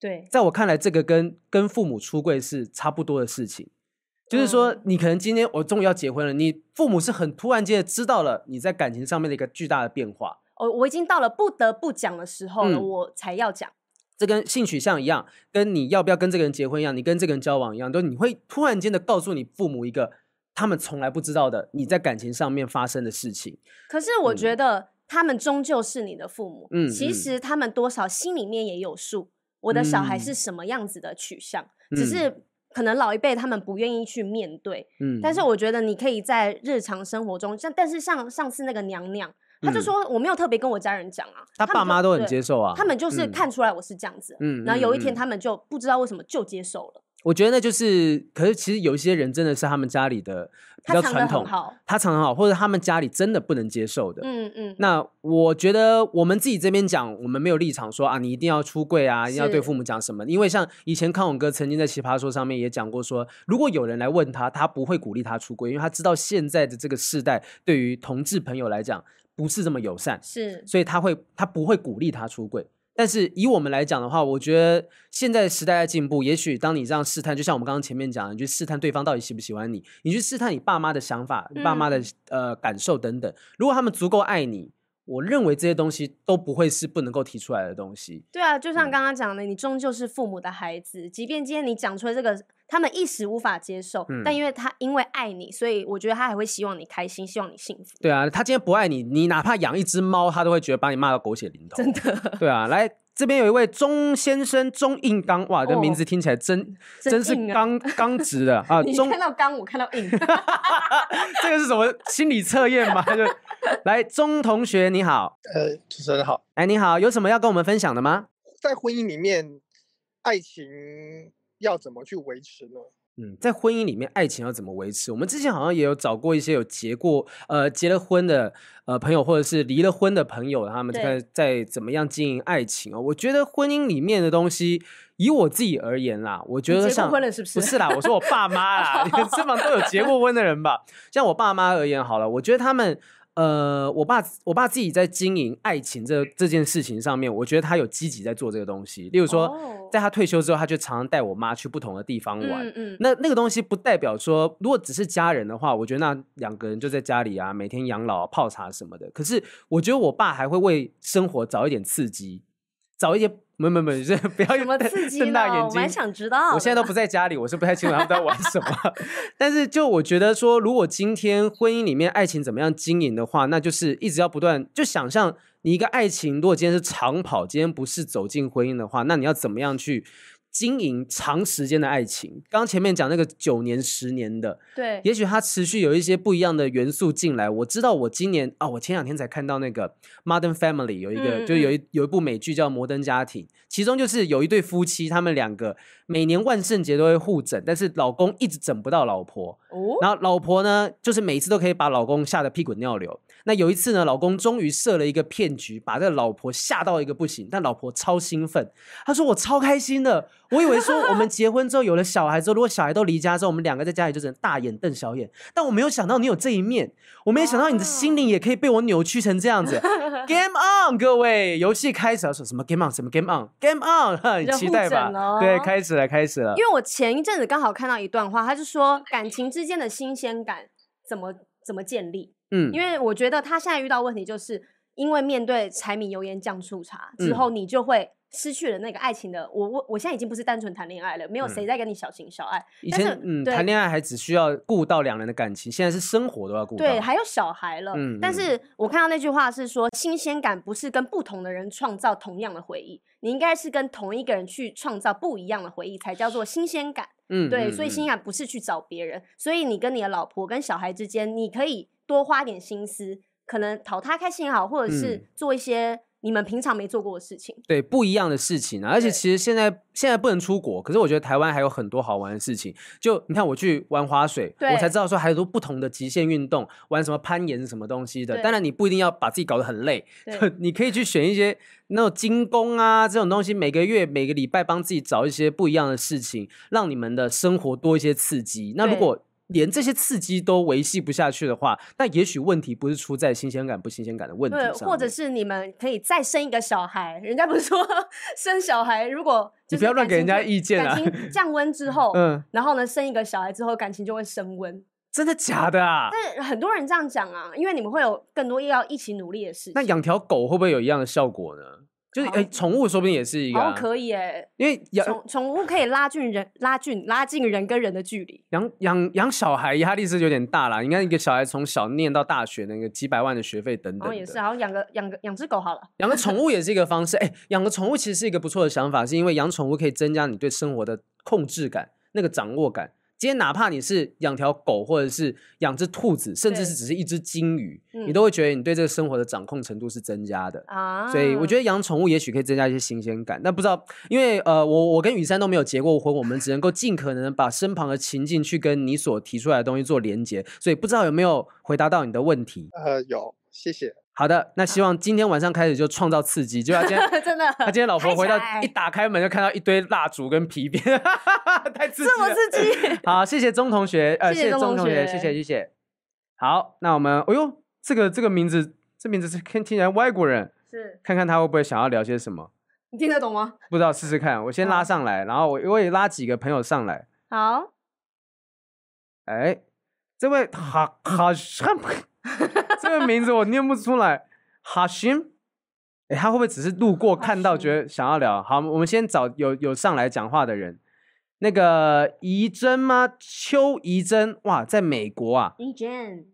C: 对，
B: 在我看来，这个跟跟父母出柜是差不多的事情。就是说
C: 嗯，
B: 你可能今天我终于要结婚了，你父母是很突然间地知道了你在感情上面的一个巨大的变化，
C: 我哦我已经到了不得不讲的时候了，
B: 嗯
C: 我才要讲。
B: 这跟性取向一样，跟你要不要跟这个人结婚一样，你跟这个人交往一样，都你会突然间的告诉你父母一个他们从来不知道的你在感情上面发生的事情。
C: 可是我觉得他们终究是你的父母，
B: 嗯
C: 其
B: 嗯
C: 实他们多少心里面也有数，我的小孩
B: 嗯
C: 是什么样子的取向，只
B: 嗯
C: 是可能老一辈他们不愿意去面对。
B: 嗯，
C: 但是我觉得你可以在日常生活中，像但是像上次那个娘娘，她就
B: 嗯
C: 说我没有特别跟我家人讲啊，
B: 他
C: 们
B: 爸
C: 就
B: 妈都很
C: 对
B: 接受啊，
C: 他们就是
B: 嗯
C: 看出来我是这样子，
B: 嗯
C: 然后有一天
B: 嗯嗯
C: 他们就不知道为什么就接受了，
B: 我觉得那就是，可是其实有一些人真的是他们家里的比
C: 他
B: 较
C: 藏得
B: 传
C: 很
B: 统，
C: 好，
B: 他常常好，或者他们家里真的不能接受的。
C: 嗯嗯，
B: 那我觉得我们自己这边讲，我们没有立场说啊，你一定要出柜啊，一定要对
C: 是
B: 父母讲什么。因为像以前康永哥曾经在《奇葩说》上面也讲过说，如果有人来问他，他不会鼓励他出柜，因为他知道现在的这个世代对于同志朋友来讲不是这么友善，
C: 是
B: 所以他会他不会鼓励他出柜。但是以我们来讲的话，我觉得现在时代在进步，也许当你这样试探，就像我们刚刚前面讲，的，你去试探对方到底喜不喜欢你，你去试探你爸妈的想法、你爸妈的
C: 嗯
B: 呃感受等等。如果他们足够爱你，我认为这些东西都不会是不能够提出来的东西。
C: 对啊，就像
B: 嗯
C: 刚刚讲的，你终究是父母的孩子，即便今天你讲出来这个，他们一时无法接受，
B: 嗯
C: 但因为他因为爱你，所以我觉得他还会希望你开心，希望你幸福。
B: 对啊，他今天不爱你，你哪怕养一只猫，他都会觉得把你骂到狗血淋头。
C: 真的，
B: 对啊，来这边有一位钟先生钟硬刚，哇，这
C: 哦
B: 名字听起来真、
C: 真
B: 真是
C: 硬啊
B: 刚刚直 的啊，
C: 你
B: 钟
C: 看到刚，我看到 硬，
B: 这个是什么心理测验吗？ 就来，钟同学你好，
E: 呃，主持人好，
B: 哎你好，有什么要跟我们分享的吗？
E: 在婚姻里面，爱情要怎么去维持呢？
B: 嗯，在婚姻里面，爱情要怎么维持？我们之前好像也有找过一些有结过呃结了婚的呃朋友，或者是离了婚的朋友，他们
C: 对
B: 在在怎么样经营爱情哦。我觉得婚姻里面的东西，以我自己而言啦，我觉
C: 你
B: 得
C: 结过
B: 像
C: 婚了是不是
B: 不是啦，我说我爸妈啦，你们身旁都有结过婚的人吧？像我爸妈而言好了，我觉得他们。呃，我爸我爸自己在经营爱情这这件事情上面，我觉得他有积极在做这个东西。例如说，
C: 哦
B: 在他退休之后，他就常常带我妈去不同的地方玩。
C: 嗯嗯，
B: 那那个东西不代表说，如果只是家人的话，我觉得那两个人就在家里啊，每天养老、啊、泡茶什么的。可是我觉得我爸还会为生活找一点刺激，找一点没没 没，就是不要
C: 什么刺激
B: 瞪大
C: 呢？
B: 眼
C: 我蛮
B: 睛。
C: 想知道的。
B: 我现在都不在家里，我是不太清楚他们在玩什么。 但是就我觉得说，如果今天婚姻里面爱情怎么样经营的话，那就是一直要不断就想象你一个爱情，如果今天是长跑，今天不是走进婚姻的话，那你要怎么样去经营长时间的爱情？刚刚前面讲那个九年、十年的，
C: 对，
B: 也许它持续有一些不一样的元素进来。我知道我今年啊，我前两天才看到那个《Modern Family》有一个，
C: 嗯
B: 就有一有一部美剧叫《摩登家庭》，其中就是有一对夫妻，他们两个每年万圣节都会互整，但是老公一直整不到老婆，
C: 哦，
B: 然后老婆呢，就是每次都可以把老公吓得屁滚尿流。那有一次呢，老公终于设了一个骗局，把这个老婆吓到一个不行，但老婆超兴奋，她说我超开心的，我以为说我们结婚之后有了小孩之后，如果小孩都离家之后，我们两个在家里就只能大眼瞪小眼，但我没有想到你有这一面，我没有想到你的心
C: 哦
B: 灵也可以被我扭曲成这 样子。Game on，各位，游戏开始了，说什么 Game on，什么 Game on，Game on，哈， 你
C: 人
B: 期
C: 互
B: 待
C: 整
B: 吧？
C: 哦
B: 对，开始了，开始了
C: 因。为我前一阵子刚好看到一段话，他就说感情之间的新鲜感怎么怎么建立？
B: 嗯
C: 因为我觉得他现在遇到问题，就是因为面对柴米油盐酱醋茶之
B: 嗯
C: 后，你就会失去了那个爱情的。我我我现在已经不是单纯谈恋爱了，没有
B: 嗯
C: 谁在跟你小情小爱，
B: 以
C: 但是
B: 前嗯，
C: 对
B: 谈恋爱还只需要顾到两人的感情，现在是生活都要顾到。
C: 对，还有小孩了。
B: 嗯
C: 但
B: 嗯
C: 是我看到那句话是说，新鲜感不是跟不同的人创造同样的回忆，你应该是跟同一个人去创造不一样的回忆，才叫做新鲜感。
B: 嗯
C: 对，所以新鲜感不是去找别人，所以你跟你的老婆跟小孩之间，你可以多花点心思，可能讨她开心也好，或者
B: 嗯
C: 是做一些你们平常没做过的事情。
B: 对不一样的事情啊，而且
C: 对
B: 其实现在现在不能出国，可是我觉得台湾还有很多好玩的事情。就你看，我去玩滑水，我才
C: 对
B: 知道说还有很多不同的极限运动，玩什么攀岩是什么东西的。
C: 对
B: 当然，你不一定要把自己搞得很累，
C: 对
B: 你可以去选一些那种精工啊这种东西，每个月每个礼拜帮自己找一些不一样的事情，让你们的生活多一些刺激。那如
C: 对
B: 果连这些刺激都维系不下去的话，那也许问题不是出在新鲜感不新鲜感的问题
C: 对，
B: 上面，
C: 或者是你们可以再生一个小孩。人家不是说 生小孩，如果
B: 你
C: 就
B: 不
C: 是
B: 要乱
C: 感
B: 给人
C: 情
B: 家
C: 就
B: 意见啊
C: 感情降温之后，
B: 嗯，
C: 然后呢，生一个小孩之后，感情就会升温。
B: 真的假的啊？
C: 但很多人这样讲啊，因为你们会有更多要一起努力的事情。哦
B: 那养条狗会不会有一样的效果呢？就是
C: 好
B: 哎，宠、物说不定也是一个、
C: 好
B: 啊，
C: 像可以诶、
B: 因为养
C: 宠宠物可以拉近人、拉近、拉近人跟人的距离。
B: 养养养小孩压力是有点大啦。你看一个小孩从小念到大学，那个几百万的学费等
C: 然
B: 等
C: 后
B: 的，
C: 哦也是，好像养个养个养只狗好了。
B: 养个宠物也是一个方式。哎、养个宠物其实是一个不错的想法，是因为养宠物可以增加你对生活的控制感、那个掌握感。今天哪怕你是养条狗，或者是养只兔子，甚至
C: 对
B: 是只是一只金鱼，你
C: 嗯
B: 都会觉得你对这个生活的掌控程度是增加的。
C: 啊，
B: 所以我觉得养宠物也许可以增加一些新鲜感，但不知道，因为呃，我我跟雨珊都没有结过婚，我们只能够尽可能把身旁的情境去跟你所提出来的东西做连接，所以不知道有没有回答到你的问题。
E: 呃，有，谢谢。
B: 好的，那希望今天晚上开始就创造刺激，就要今天
C: 真的，
B: 他今天老婆回到
C: 开
B: 一
C: 起来
B: 打开门就看到一堆蜡烛跟皮鞭， 太刺激了，。
C: 这么刺 激
B: 好，谢谢钟同学，呃，
C: 谢
B: 谢谢
C: 谢钟
B: 钟
C: 同
B: 同学，
C: 学
B: 谢谢谢谢。好，那我们，哎呦，这个这个名字，这名字是听听起来外国人，
C: 是
B: 看看他会不会想要聊些什么。
C: 你听得懂吗？
B: 不知道试试看，我先拉
C: 好
B: 上来，然后我我也拉几个朋友上来。
C: 好，
B: 哎，这位哈哈什， 这个名字我念不出来，哈什。哎，他会不会只是路过看到，
C: 哈什
B: 觉得想要聊？好，我们先找有有上来讲话的人。那个怡珍吗？邱怡珍，哇，在美国啊，
C: 一卷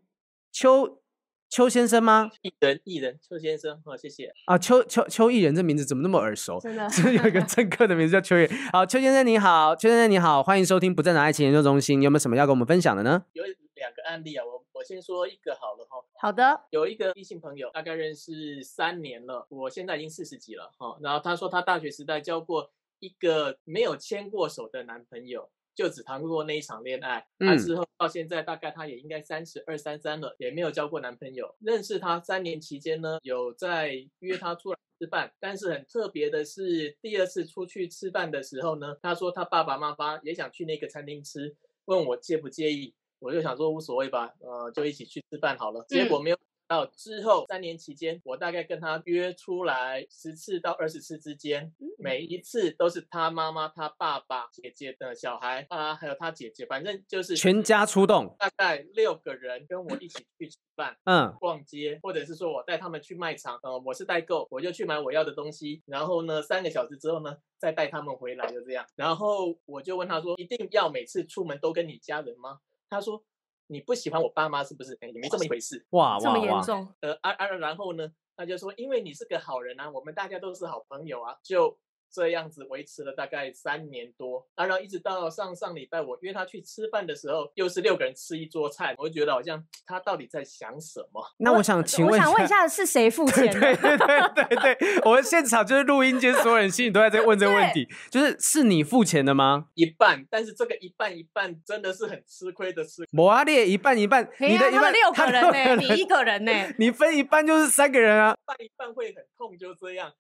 B: 邱邱先生吗？
A: 艺人艺人邱先生啊，谢谢。
B: 啊，邱邱邱艺人这名字怎么那么耳熟？
C: 真的
B: 是有一个政客的名字叫邱远。好，邱先生你好，邱先生你好，欢迎收听不正常爱情研究中心。你有没有什么要跟我们分享的呢？
A: 有两个案例啊，我我先说一个好了哈。
C: 好的，
A: 有一个异性朋友，大概认识三年了，我现在已经四十几了哈。然后他说他大学时代交过一个没有牵过手的男朋友，就只谈过那一场恋爱。他
B: 嗯
A: 之后到现在大概他也应该三十二三三了，也没有交过男朋友。认识他三年期间呢，有在约他出来。吃饭，但是很特别的是，第二次出去吃饭的时候呢，他说他爸爸妈妈也想去那个餐厅吃，问我介不介意，我就想说无所谓吧，呃，就一起去吃饭好了。结果没有到之后三年期间，我大概跟他约出来十次到二十次之间，
B: 嗯
A: 每一次都是他妈妈、他爸爸、姐姐的小孩啊，还有他姐姐，反正就是
B: 全家出动，
A: 大概六个人跟我一起去吃饭。
B: 嗯，
A: 逛街，或者是说我带他们去卖场，呃，我是代购，我就去买我要的东西，然后呢，三个小时之后呢，再带他们回来，就这样。然后我就问他说，一定要每次出门都跟你家人吗？他说你不喜欢我爸妈是不是？哎，也没这么一回事。
B: 哇
C: 这
B: 哇
C: 么严
B: 哇，
C: 重，
A: 呃啊啊，然后呢，他就说因为你是个好人啊，我们大家都是好朋友啊，就这样子维持了大概三年多。啊，然后一直到上上礼拜我约他去吃饭的时候，又是六个人吃一桌菜，我就觉得好像他到底在想什么。
B: 那我想请
C: 我
B: 问
C: 想问一。下是 谁付钱
B: 对
C: 的？
B: 对对对对，我们现场就是录音间，所有人心里都在这问这个问题，就是是你付钱的吗？
A: 一半，但是这个一半一半真的是很吃亏的吃。
B: 摩阿啊列一半一半，
C: 哎
B: 你
C: 呀
B: 的一
C: 他们
B: 半
C: 六个人呢、
B: 他六个
C: 你一个人呢、
B: 你分一半就是三个人啊
A: 一半一半会很痛，就这样。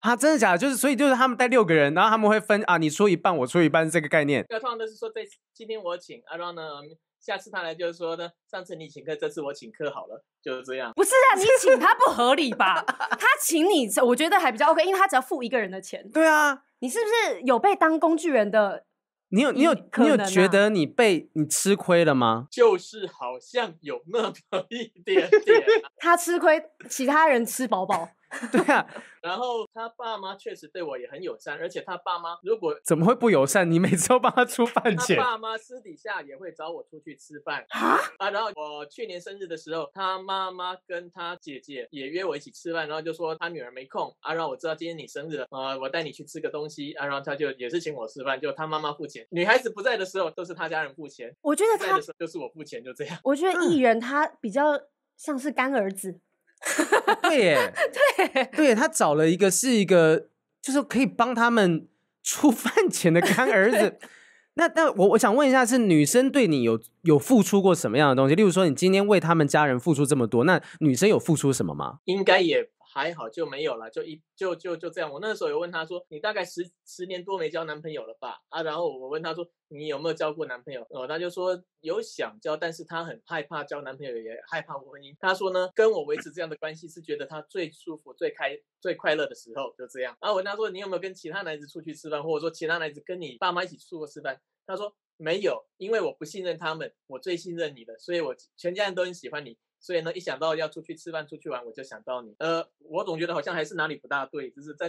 B: 啊，真的假的？就是所以就是他们带六个人，然后他们会分啊，你出一半，我出一半是这个概念。
A: 那通常都是说这次今天我请，啊，然后呢，嗯下次他来就是说呢，上次你请客，这次我请客好了，就这样。
C: 不是啊，你请他不合理吧？ 他请你，我觉得还比较 OK，因为他只要付一个人的钱。
B: 对啊，
C: 你是不是有被当工具人的？
B: 你有你有
C: 嗯可
B: 你有
C: 能
B: 觉
C: 啊
B: 得你被你吃亏了吗？
A: 就是好像有那么一点点啊、
C: 他吃亏，其他人吃 饱饱。
B: 对啊，
A: 然后他爸妈确实对我也很友善，而且他爸妈如果
B: 怎么会不友善？你每次都帮他出饭
A: 他
B: 钱，
A: 爸妈私底下也会找我出去吃饭啊。然后我去年生日的时候，他妈妈跟他姐姐也约我一起吃饭，然后就说他女儿没空啊。然后我知道今天你生日了，啊，我带你去吃个东西啊。然后他就也是请我吃饭，就他妈妈付钱。女孩子不在的时候都是他家人付钱，
C: 我觉得
A: 在
C: 他
A: 的，时候就是我付钱，就这样。
C: 我觉得艺人他比较像是干儿子，
B: 对耶，
C: 对，
B: 对他找了一个是一个，就是可以帮他们 出饭钱的干儿子。那那我我想问一下，是女生对你有有付出过什么样的东西？例如说，你今天为他们家人付出这么多，那女生有付出什么吗？
A: 应该也还好，就没有了，就一就就就这样。我那时候有问他说，你大概十十年多没交男朋友了吧？啊，然后我问他说，你有没有交过男朋友？哦，他就说有想交，但是他很害怕交男朋友，也害怕婚姻。他说呢，跟我维持这样的关系是觉得他最舒服、最开、最快乐的时候，就这样。然后我问他说，你有没有跟其他男子出去吃饭，或者说其他男子跟你爸妈一起出过吃饭？他说没有，因为我不信任他们，我最信任你了，所以我全家人都很喜欢你。所以呢，一想到要出去吃饭、出去玩，我就想到你。呃，我总觉得好像还是哪里不大对，就是在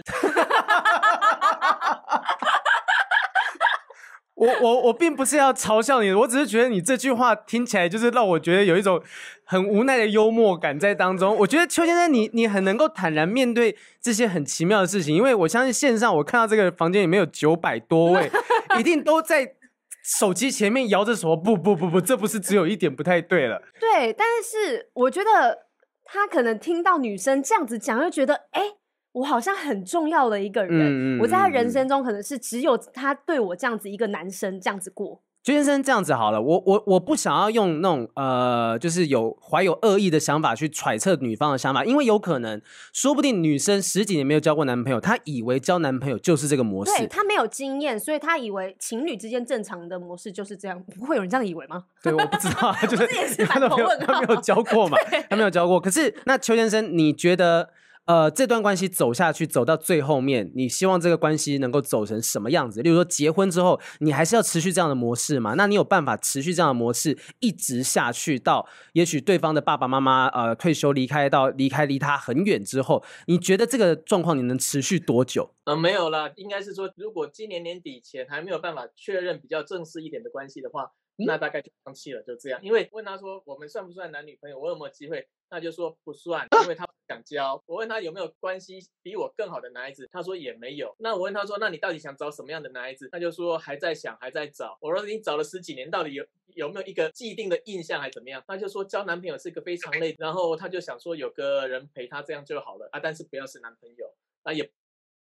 B: 我我我并不是要嘲笑你，我只是觉得你这句话听起来就是让我觉得有一种很无奈的幽默感在当中。我觉得邱先生你你很能够坦然面对这些很奇妙的事情，因为我相信线上我看到这个房间里面有九百多位，一定都在手机前面摇着手，不不不不，这不是只有一点不太对了。
C: 对，但是我觉得他可能听到女生这样子讲，就觉得哎、诶我好像很重要的一个人，
B: 嗯嗯
C: 我在他
B: 嗯
C: 人
B: 嗯
C: 生中可能是只有他对我这样子一个男生这样子过。
B: 邱先生这样子好了，我我我不想要用那种呃，就是有怀有恶意的想法去揣测女方的想法，因为有可能，说不定女生十几年没有交过男朋友，她以为交男朋友就是这个模
C: 对
B: 式。
C: 他没有经验，所以他以为情侣之间正常的模式就是这样，不会有人这样以为 吗？
B: 对，我不知道啊， 就是
C: 这也是
B: 因为她
C: 满
B: 都
C: 头
B: 没有
C: 问
B: 她没
C: 号
B: 有交过 嘛，她没有交过。可是那邱先生，你觉得呃这段关系走下去，走到最后面，你希望这个关系能够走成什么样子？例如说结婚之后，你还是要持续这样的模式嘛？那你有办法持续这样的模式一直下去到也许对方的爸爸妈妈呃退休离开到离开离他很远之后，你觉得这个状况你能持续多久？
A: 呃没有啦，应该是说，如果今年年底前还没有办法确认比较正式一点的关系的话，那大概就放弃了，就这样。因为问他说我们算不算男女朋友，我有没有机会，他就说不算，因为他不想交。我问他有没有关系比我更好的男孩子，他说也没有。那我问他说，那你到底想找什么样的男孩子？他就说还在想，还在找。我说你找了十几年，到底有有没有一个既定的印象，还怎么样？他就说交男朋友是个非常累，然后他就想说有个人陪他这样就好了啊，但是不要是男朋友，啊也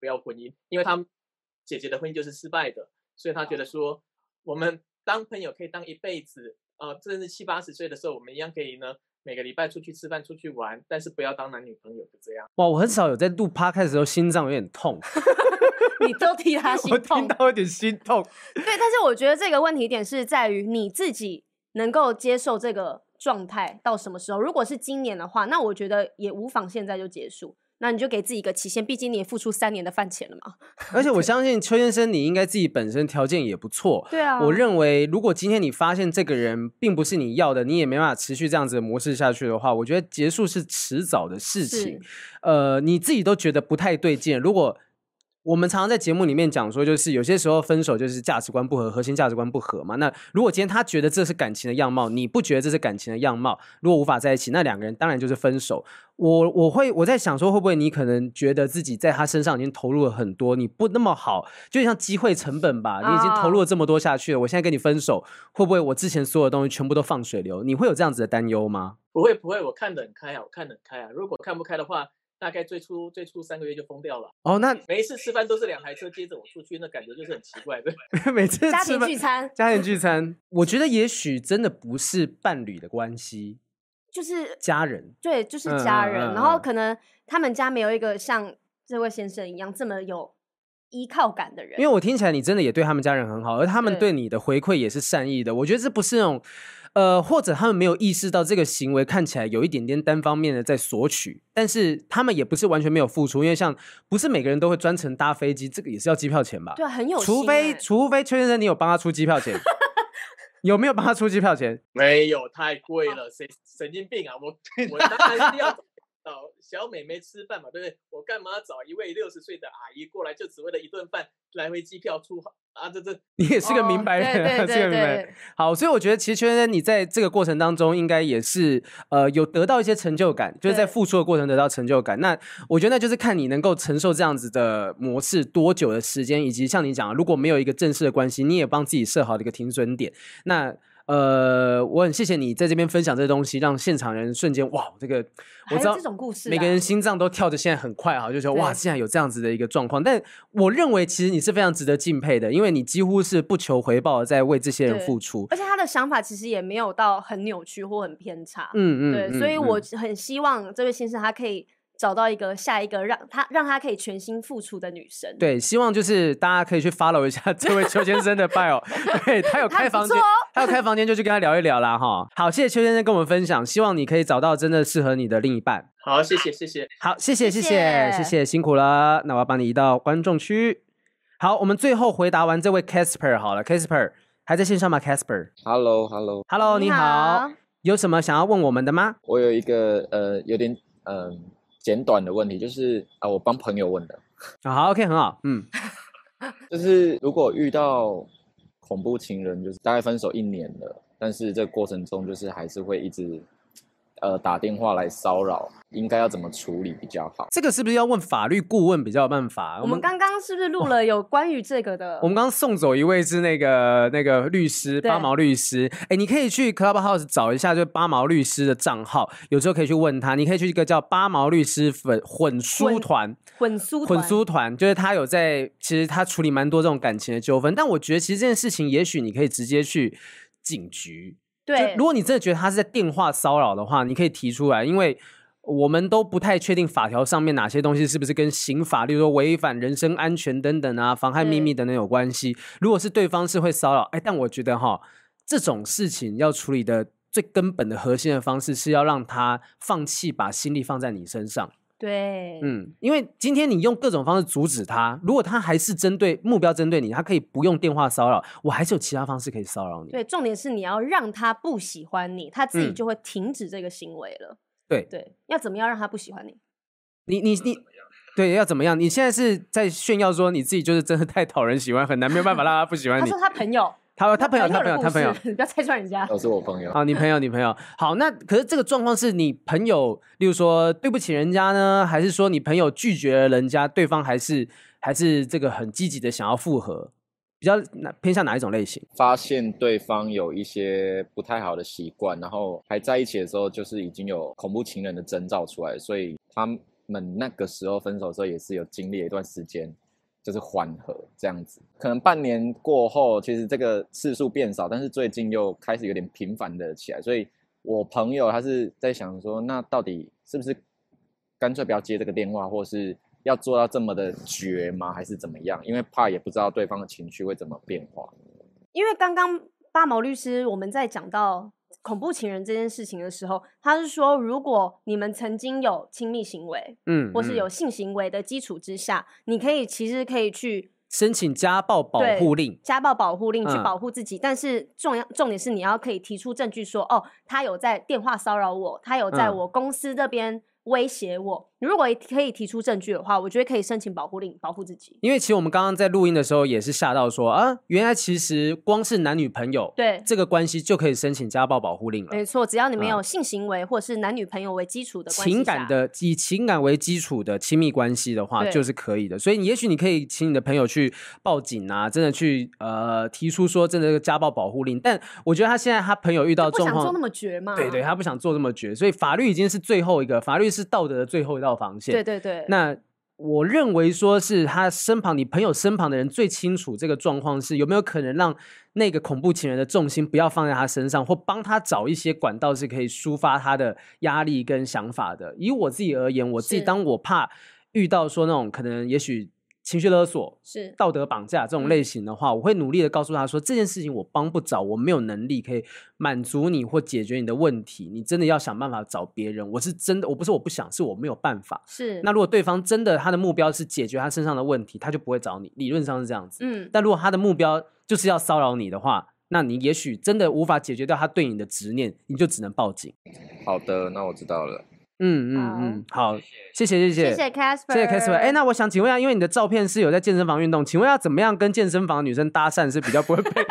A: 不要婚姻，因为他姐姐的婚姻就是失败的，所以他觉得说我们当朋友可以当一辈子，呃，甚至七八十岁的时候，我们一样可以呢。每个礼拜出去吃饭、出去玩，但是不要当男女朋友，就这样。
B: 哇，我很少有在录 podcast 的时候心脏有点痛，
C: 你都替 他
B: 我
C: 心
B: 听
C: 痛。
B: 到有点心 痛。
C: 对，但是我觉得这个问题点是在于你自己能够接受这个状态到什么时候。如果是今年的话，那我觉得也无妨，现在就结束。那你就给自己一个期限，毕竟你也付出三年的饭钱了嘛。
B: 而且我相信邱先生，你应该自己本身条件也不错。
C: 对啊
B: 我认为，如果今天你发现这个人并不是你要的，你也没办法持续这样子的模式下去的话，我觉得结束是迟早的事情
C: 是。
B: 呃，你自己都觉得不太对劲。如果我们常常在节目里面讲说，就是有些时候分手就是价值观不合，核心价值观不合嘛。那如果今天他觉得这是感情的样貌，你不觉得这是感情的样貌，如果无法在一起，那两个人当然就是分手。我我会我在想说，会不会你可能觉得自己在他身上已经投入了很多，你不那么好，就像机会成本吧，你已经投入了这么多下去了，我现在跟你分手，会不会我之前所有的东西全部都放水流？你会有这样子的担忧吗？
A: 不会不会，我看得很开啊，我看得很开啊。如果看不开的话，大概最初最初三个月就疯掉了。
B: 哦，那
A: 每一次吃饭都是两台车接着我出去，那感觉就是很奇怪的。
B: 每次
C: 家
B: 吃
C: 庭
B: 饭
C: 聚餐
B: 家庭聚餐，我觉得也许真的不是伴侣的关系，
C: 就是
B: 家人。
C: 对，就是
B: 嗯
C: 家
B: 嗯
C: 人。
B: 嗯
C: 然后
B: 嗯
C: 可能他们家没有一个像这位先生一样这么有依靠感的人，
B: 因为我听起来你真的也对他们家人很好，而他们对
C: 对
B: 你的回馈也是善意的。我觉得这不是那种，呃，或者他们没有意识到这个行为看起来有一点点单方面的在索取，但是他们也不是完全没有付出，因为像不是每个人都会专程搭飞机，这个也是要机票钱吧？
C: 对啊，很有
B: 除
C: 心
B: 非
C: 欸
B: 除非邱先生你有帮他出机票 钱，有没有帮他出机票钱？
A: 没有，太贵了，谁神经病啊！我我当然是要找找小美眉吃饭嘛，对不对？我干嘛要找一位六十岁的阿姨过来，就只为了一顿饭，来回机票出啊？这这
B: 你也是个
C: 哦
B: 明白人啊，
C: 对 对
B: 是个
C: 对
B: 明白人
C: 对。
B: 好，所以我觉得其实邱先生你在这个过程当中，应该也是呃有得到一些成就感，就是在
C: 对
B: 付出的过程得到成就感。那我觉得那就是看你能够承受这样子的模式多久的时间，以及像你讲的，如果没有一个正式的关系，你也帮自己设好了一个停损点。那呃，我很谢谢你在这边分享这东西，让现场人瞬间哇，这个我
C: 还
B: 知
C: 有
B: 道
C: 这种故事啊，
B: 每个人心脏都跳的现在很快啊，就觉得
C: 对
B: 哇，竟然有这样子的一个状况。但我认为其实你是非常值得敬佩的，因为你几乎是不求回报的在为这些人
C: 对
B: 付出。
C: 而且他的想法其实也没有到很扭曲或很偏差。
B: 嗯嗯，
C: 对，
B: 嗯
C: 所以
B: 嗯
C: 我很希望这位先生他可以找到一个下一个让他让他可以全心付出的女生。，
B: 对，希望就是大家可以去 follow 一下这位邱先生的 bio，对他有
C: 他
B: 开
C: 不
B: 房
C: 错
B: 间
C: 哦，
B: 他有开房间就去跟他聊一聊啦哈。好，谢谢邱先生跟我们分享，希望你可以找到真的适合你的另一半。
A: 好，谢谢谢谢，
B: 好，谢谢谢
C: 谢
B: 谢
C: 谢
B: 谢谢，辛苦了。那我要帮你移到观众区。好，我们最后回答完这位 Casper 好了，Casper 还在线上吗？Casper，Hello，
F: Hello，Hello，
B: 你好，有什么想要问我们的吗？
F: 我有一个呃有点嗯、呃简短的问题，就是啊、我帮朋友问的，
B: 啊好，OK，很好，嗯，
F: 就是如果遇到恐怖情人，就是大概分手一年了，但是这个过程中就是还是会一直呃打电话来骚扰，应该要怎么处理比较好？
B: 这个是不是要问法律顾问比较有办法？
C: 我们刚刚是不是录了有关于这个的？
B: 哦我们刚刚送走一位是那个那个律师
C: 对
B: 八毛律师，哎，你可以去 Clubhouse 找一下，就是八毛律师的账号，有时候可以去问他。你可以去一个叫八毛律师粉混书
C: 混
B: 团，
C: 混苏
B: 混
C: 团
B: 书团，就是他有在，其实他处理蛮多这种感情的纠纷。但我觉得其实这件事情，也许你可以直接去警局，
C: 对
B: 就，如果你真的觉得他是在电话骚扰的话，你可以提出来，因为我们都不太确定法条上面哪些东西是不是跟刑法，例如说违反人身安全等等啊、妨害秘密
C: 对
B: 等等有关系。如果是对方是会骚扰，哎，但我觉得哈，这种事情要处理的最根本的核心的方式是要让他放弃把心力放在你身上。
C: 对，
B: 嗯，因为今天你用各种方式阻止他，如果他还是针对目标针对你，他可以不用电话骚扰，我还是有其他方式可以骚扰你。
C: 对，重点是你要让他不喜欢你，他自己
B: 嗯
C: 就会停止这个行为了。
B: 对
C: 对，要怎么样让他不喜欢你？
B: 你你你，对，要怎么样？你现在是在炫耀说你自己就是真的太讨人喜欢，很难没有办法让他不喜欢
C: 他
B: 你
C: 说。他朋友，
B: 他他朋友他
C: 的
B: 朋友
C: 故
B: 他朋友
C: 事 你不要拆穿人家。
F: 我是我朋友，
B: 啊，你朋友你朋友好，那可是这个状况是你朋友，例如说对不起人家呢，还是说你朋友拒绝了人家，对方还是还是这个很积极的想要复合，比较哪偏向哪一种类型？
F: 发现对方有一些不太好的习惯，然后还在一起的时候，就是已经有恐怖情人的征兆出来，所以他们那个时候分手的时候也是有经历了一段时间，就是缓和这样子。可能半年过后，其实这个次数变少，但是最近又开始有点频繁的起来，所以我朋友他是在想说，那到底是不是干脆不要接这个电话，或是？要做到这么的绝吗？还是怎么样？因为怕也不知道对方的情绪会怎么变化。
C: 因为刚刚八毛律师我们在讲到恐怖情人这件事情的时候，他是说，如果你们曾经有亲密行为
B: 嗯，
C: 或是
B: 嗯
C: 有性行为的基础之下，你可以其实可以去
B: 申请家暴保
C: 对
B: 护令，
C: 家暴保护令去
B: 嗯
C: 保护自己，但是重要重点是你要可以提出证据说，哦，他有在电话骚扰我，他有在
B: 嗯
C: 我公司这边威胁我。如果可以提出证据的话，我觉得可以申请保护令保护自己。
B: 因为其实我们刚刚在录音的时候也是吓到说啊，原来其实光是男女朋友
C: 对，
B: 这个关系就可以申请家暴保护令了。
C: 没错，只要你没
B: 嗯
C: 有性行为或是男女朋友为基础的关系
B: 情感
C: 下
B: 的以情感为基础的亲密关系的话，
C: 对
B: 就是可以的。所以你也许你可以请你的朋友去报警啊，真的去呃提出说真的这个家暴保护令。但我觉得他现在他朋友遇到
C: 不
B: 状
C: 想做
B: 况
C: 那，么绝嘛。
B: 对对，他不想做这么绝，所以法律已经是最后一个，法律是道德的最后一道防线。
C: 对对对，
B: 那我认为说是他身旁，你朋友身旁的人最清楚这个状况是有没有可能让那个恐怖情人的重心不要放在他身上，或帮他找一些管道是可以抒发他的压力跟想法的。以我自己而言，我自己
C: 是
B: 当我怕遇到说那种可能也许情绪勒索。
C: 是
B: 道德绑架这种类型的话，我会努力的告诉他说，这件事情我帮不着，我没有能力可以满足你或解决你的问题，你真的要想办法找别人。我是真的，我不是我不想，是我没有办法。
C: 是
B: 那如果对方真的他的目标是解决他身上的问题，他就不会找你，理论上是这样子。
C: 嗯
B: 但如果他的目标就是要骚扰你的话，那你也许真的无法解决掉他对你的执念，你就只能报警。
F: 好的，那我知道了。
B: 嗯嗯嗯，好，谢谢谢谢
C: 谢谢 Casper，
B: 谢谢 Casper。哎，那我想请问一下，因为你的照片是有在健身房运动，请问要怎么样跟健身房女生搭讪是比较不会被？
C: 对因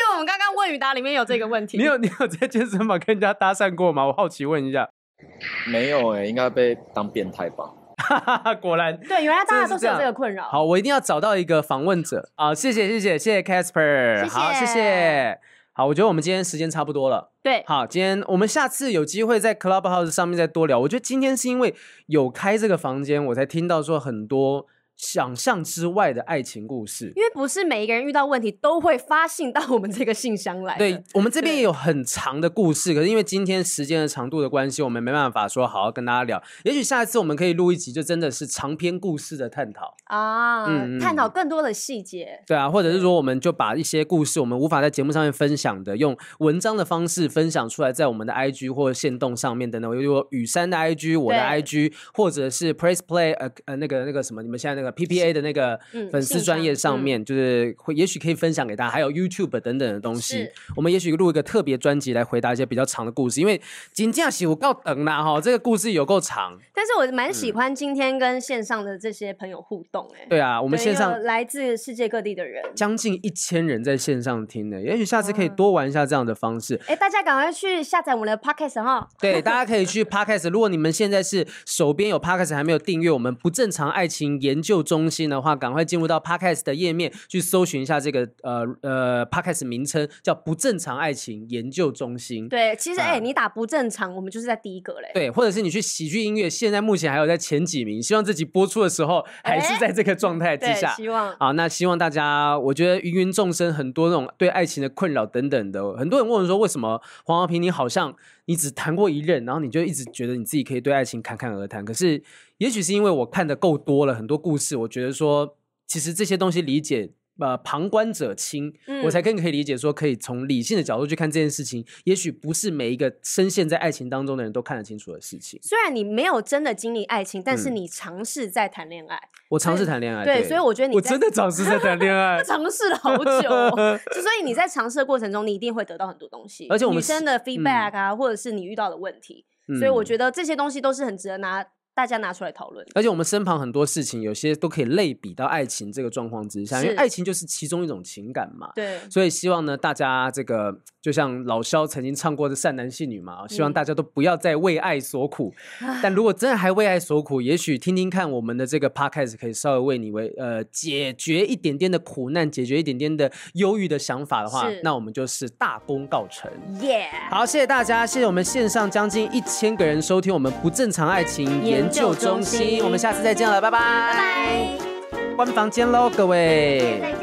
C: 为我们刚刚问与答里面有这个问题，
B: 你有你有在健身房跟人家搭讪过吗？我好奇问一下。
F: 没有哎、应该被当变态吧？
B: 哈哈哈，果然
C: 对，原来大家
B: 真的
C: 都
B: 是
C: 是有
B: 这
C: 这
B: 样
C: 个困扰。
B: 好，，我一定要找到一个访问者啊！谢谢谢谢谢谢 Casper，
C: 谢谢
B: 好谢谢。好，我觉得我们今天时间差不多了。
C: 对，
B: 好，今天我们下次有机会在 Clubhouse 上面再多聊。我觉得今天是因为有开这个房间，我才听到说很多想象之外的爱情故事。
C: 因为不是每一个人遇到问题都会发信到我们这个信箱来的。
B: 对我们这边
C: 对
B: 也有很长的故事，可是因为今天时间的长度的关系，我们没办法说好好跟大家聊。也许下一次我们可以录一集，就真的是长篇故事的探讨。
C: 啊，
B: 嗯嗯
C: 探讨更多的细节。
B: 对啊，或者是说，我们就把一些故事我们无法在节目上面分享的，用文章的方式分享出来，在我们的 IG 或者线动上面等等。有我雨山的 IG，我的
C: 对
B: IG，或者是 Press Play 呃呃那个那个什么，你们现在那个 PPA 的那个
C: 嗯
B: 粉丝
C: 信
B: 专
C: 箱
B: 业上
C: 嗯
B: 面，就是会也许可以分享给大家，还有 YouTube 等等的东西
C: 是。
B: 我们也许录一个特别专辑来回答一些比较长的故事，因为金价喜我告等啦哈，这个故事有够长。
C: 但是我蛮喜欢今天跟线上的这些朋友互动、哎，
B: 嗯对啊，我
C: 我
B: 们线上
C: 来自世界各地的人，
B: 将近一千人在线上听呢，也许下次可以
C: 哇
B: 多玩一下这样的方式。
C: 哎、大家赶快去下载我们的 podcast 哈。
B: 对，大家可以去 Podcast。如果你们现在是手边有 Podcast 还没有订阅我们不正常爱情研究中心的话，赶快进入到 Podcast 的页面去搜寻一下这个呃呃 Podcast 名称叫不正常爱情研究中心。
C: 对，其实
B: 啊
C: 哎、你打不正常，我们就是在第一个嘞。
B: 对，或者是你去喜剧音乐，现在目前还有在前几名，希望自己播出的时候还是在这个状态之
C: 对，
B: 下。
C: 希望
B: 啊，那希望大家，我觉得芸芸众生很多那种对爱情的困扰等等的，哦很多人问我说，为什么黄浩平你好像你只谈过一任，然后你就一直觉得你自己可以对爱情侃侃而谈，可是也许是因为我看的够多了，很多故事，我觉得说其实这些东西理解。呃，旁观者清，我才
C: 嗯
B: 更可以理解说，可以从理性的角度去看这件事情，也许不是每一个深陷在爱情当中的人都看得清楚的事情。
C: 虽然你没有真的经历爱情，但是
B: 嗯
C: 你尝试在谈恋爱。
B: 我尝试谈恋爱，
C: 对，所以我觉得你
B: 我
C: 在，
B: 真的尝试在谈恋爱
C: 尝试了好久、哦， 就所以你在尝试的过程中，你一定会得到很多东西，
B: 而且我们
C: 女生
B: 是
C: 的 feedback 啊，或者是你遇到的问题，所以我
B: 嗯
C: 觉得这些东西都是很值得拿大家拿出来讨论的。
B: 而且我们身旁很多事情，有些都可以类比到爱情这个状况之下，因为
C: 是
B: 爱情就是其中一种情感嘛。
C: 对，
B: 所以希望呢，大家这个就像老萧曾经唱过的《善男信女》嘛，
C: 嗯
B: 希望大家都不要再为爱所苦。但如果真的还为爱所苦，也许听听看我们的这个 podcast 可以稍微为你为呃解决一点点的苦难，解决一点点的忧郁的想法的话
C: 是，
B: 那我们就是大功告成。
C: 耶、
B: 好，谢谢大家，谢谢我们线上将近一千个人收听我们不正常爱情研究中
C: 研究中
B: 心，
C: 心
B: 我们下次再见了，拜拜，
C: 拜拜。
B: 关房间喽，各位。
C: 再见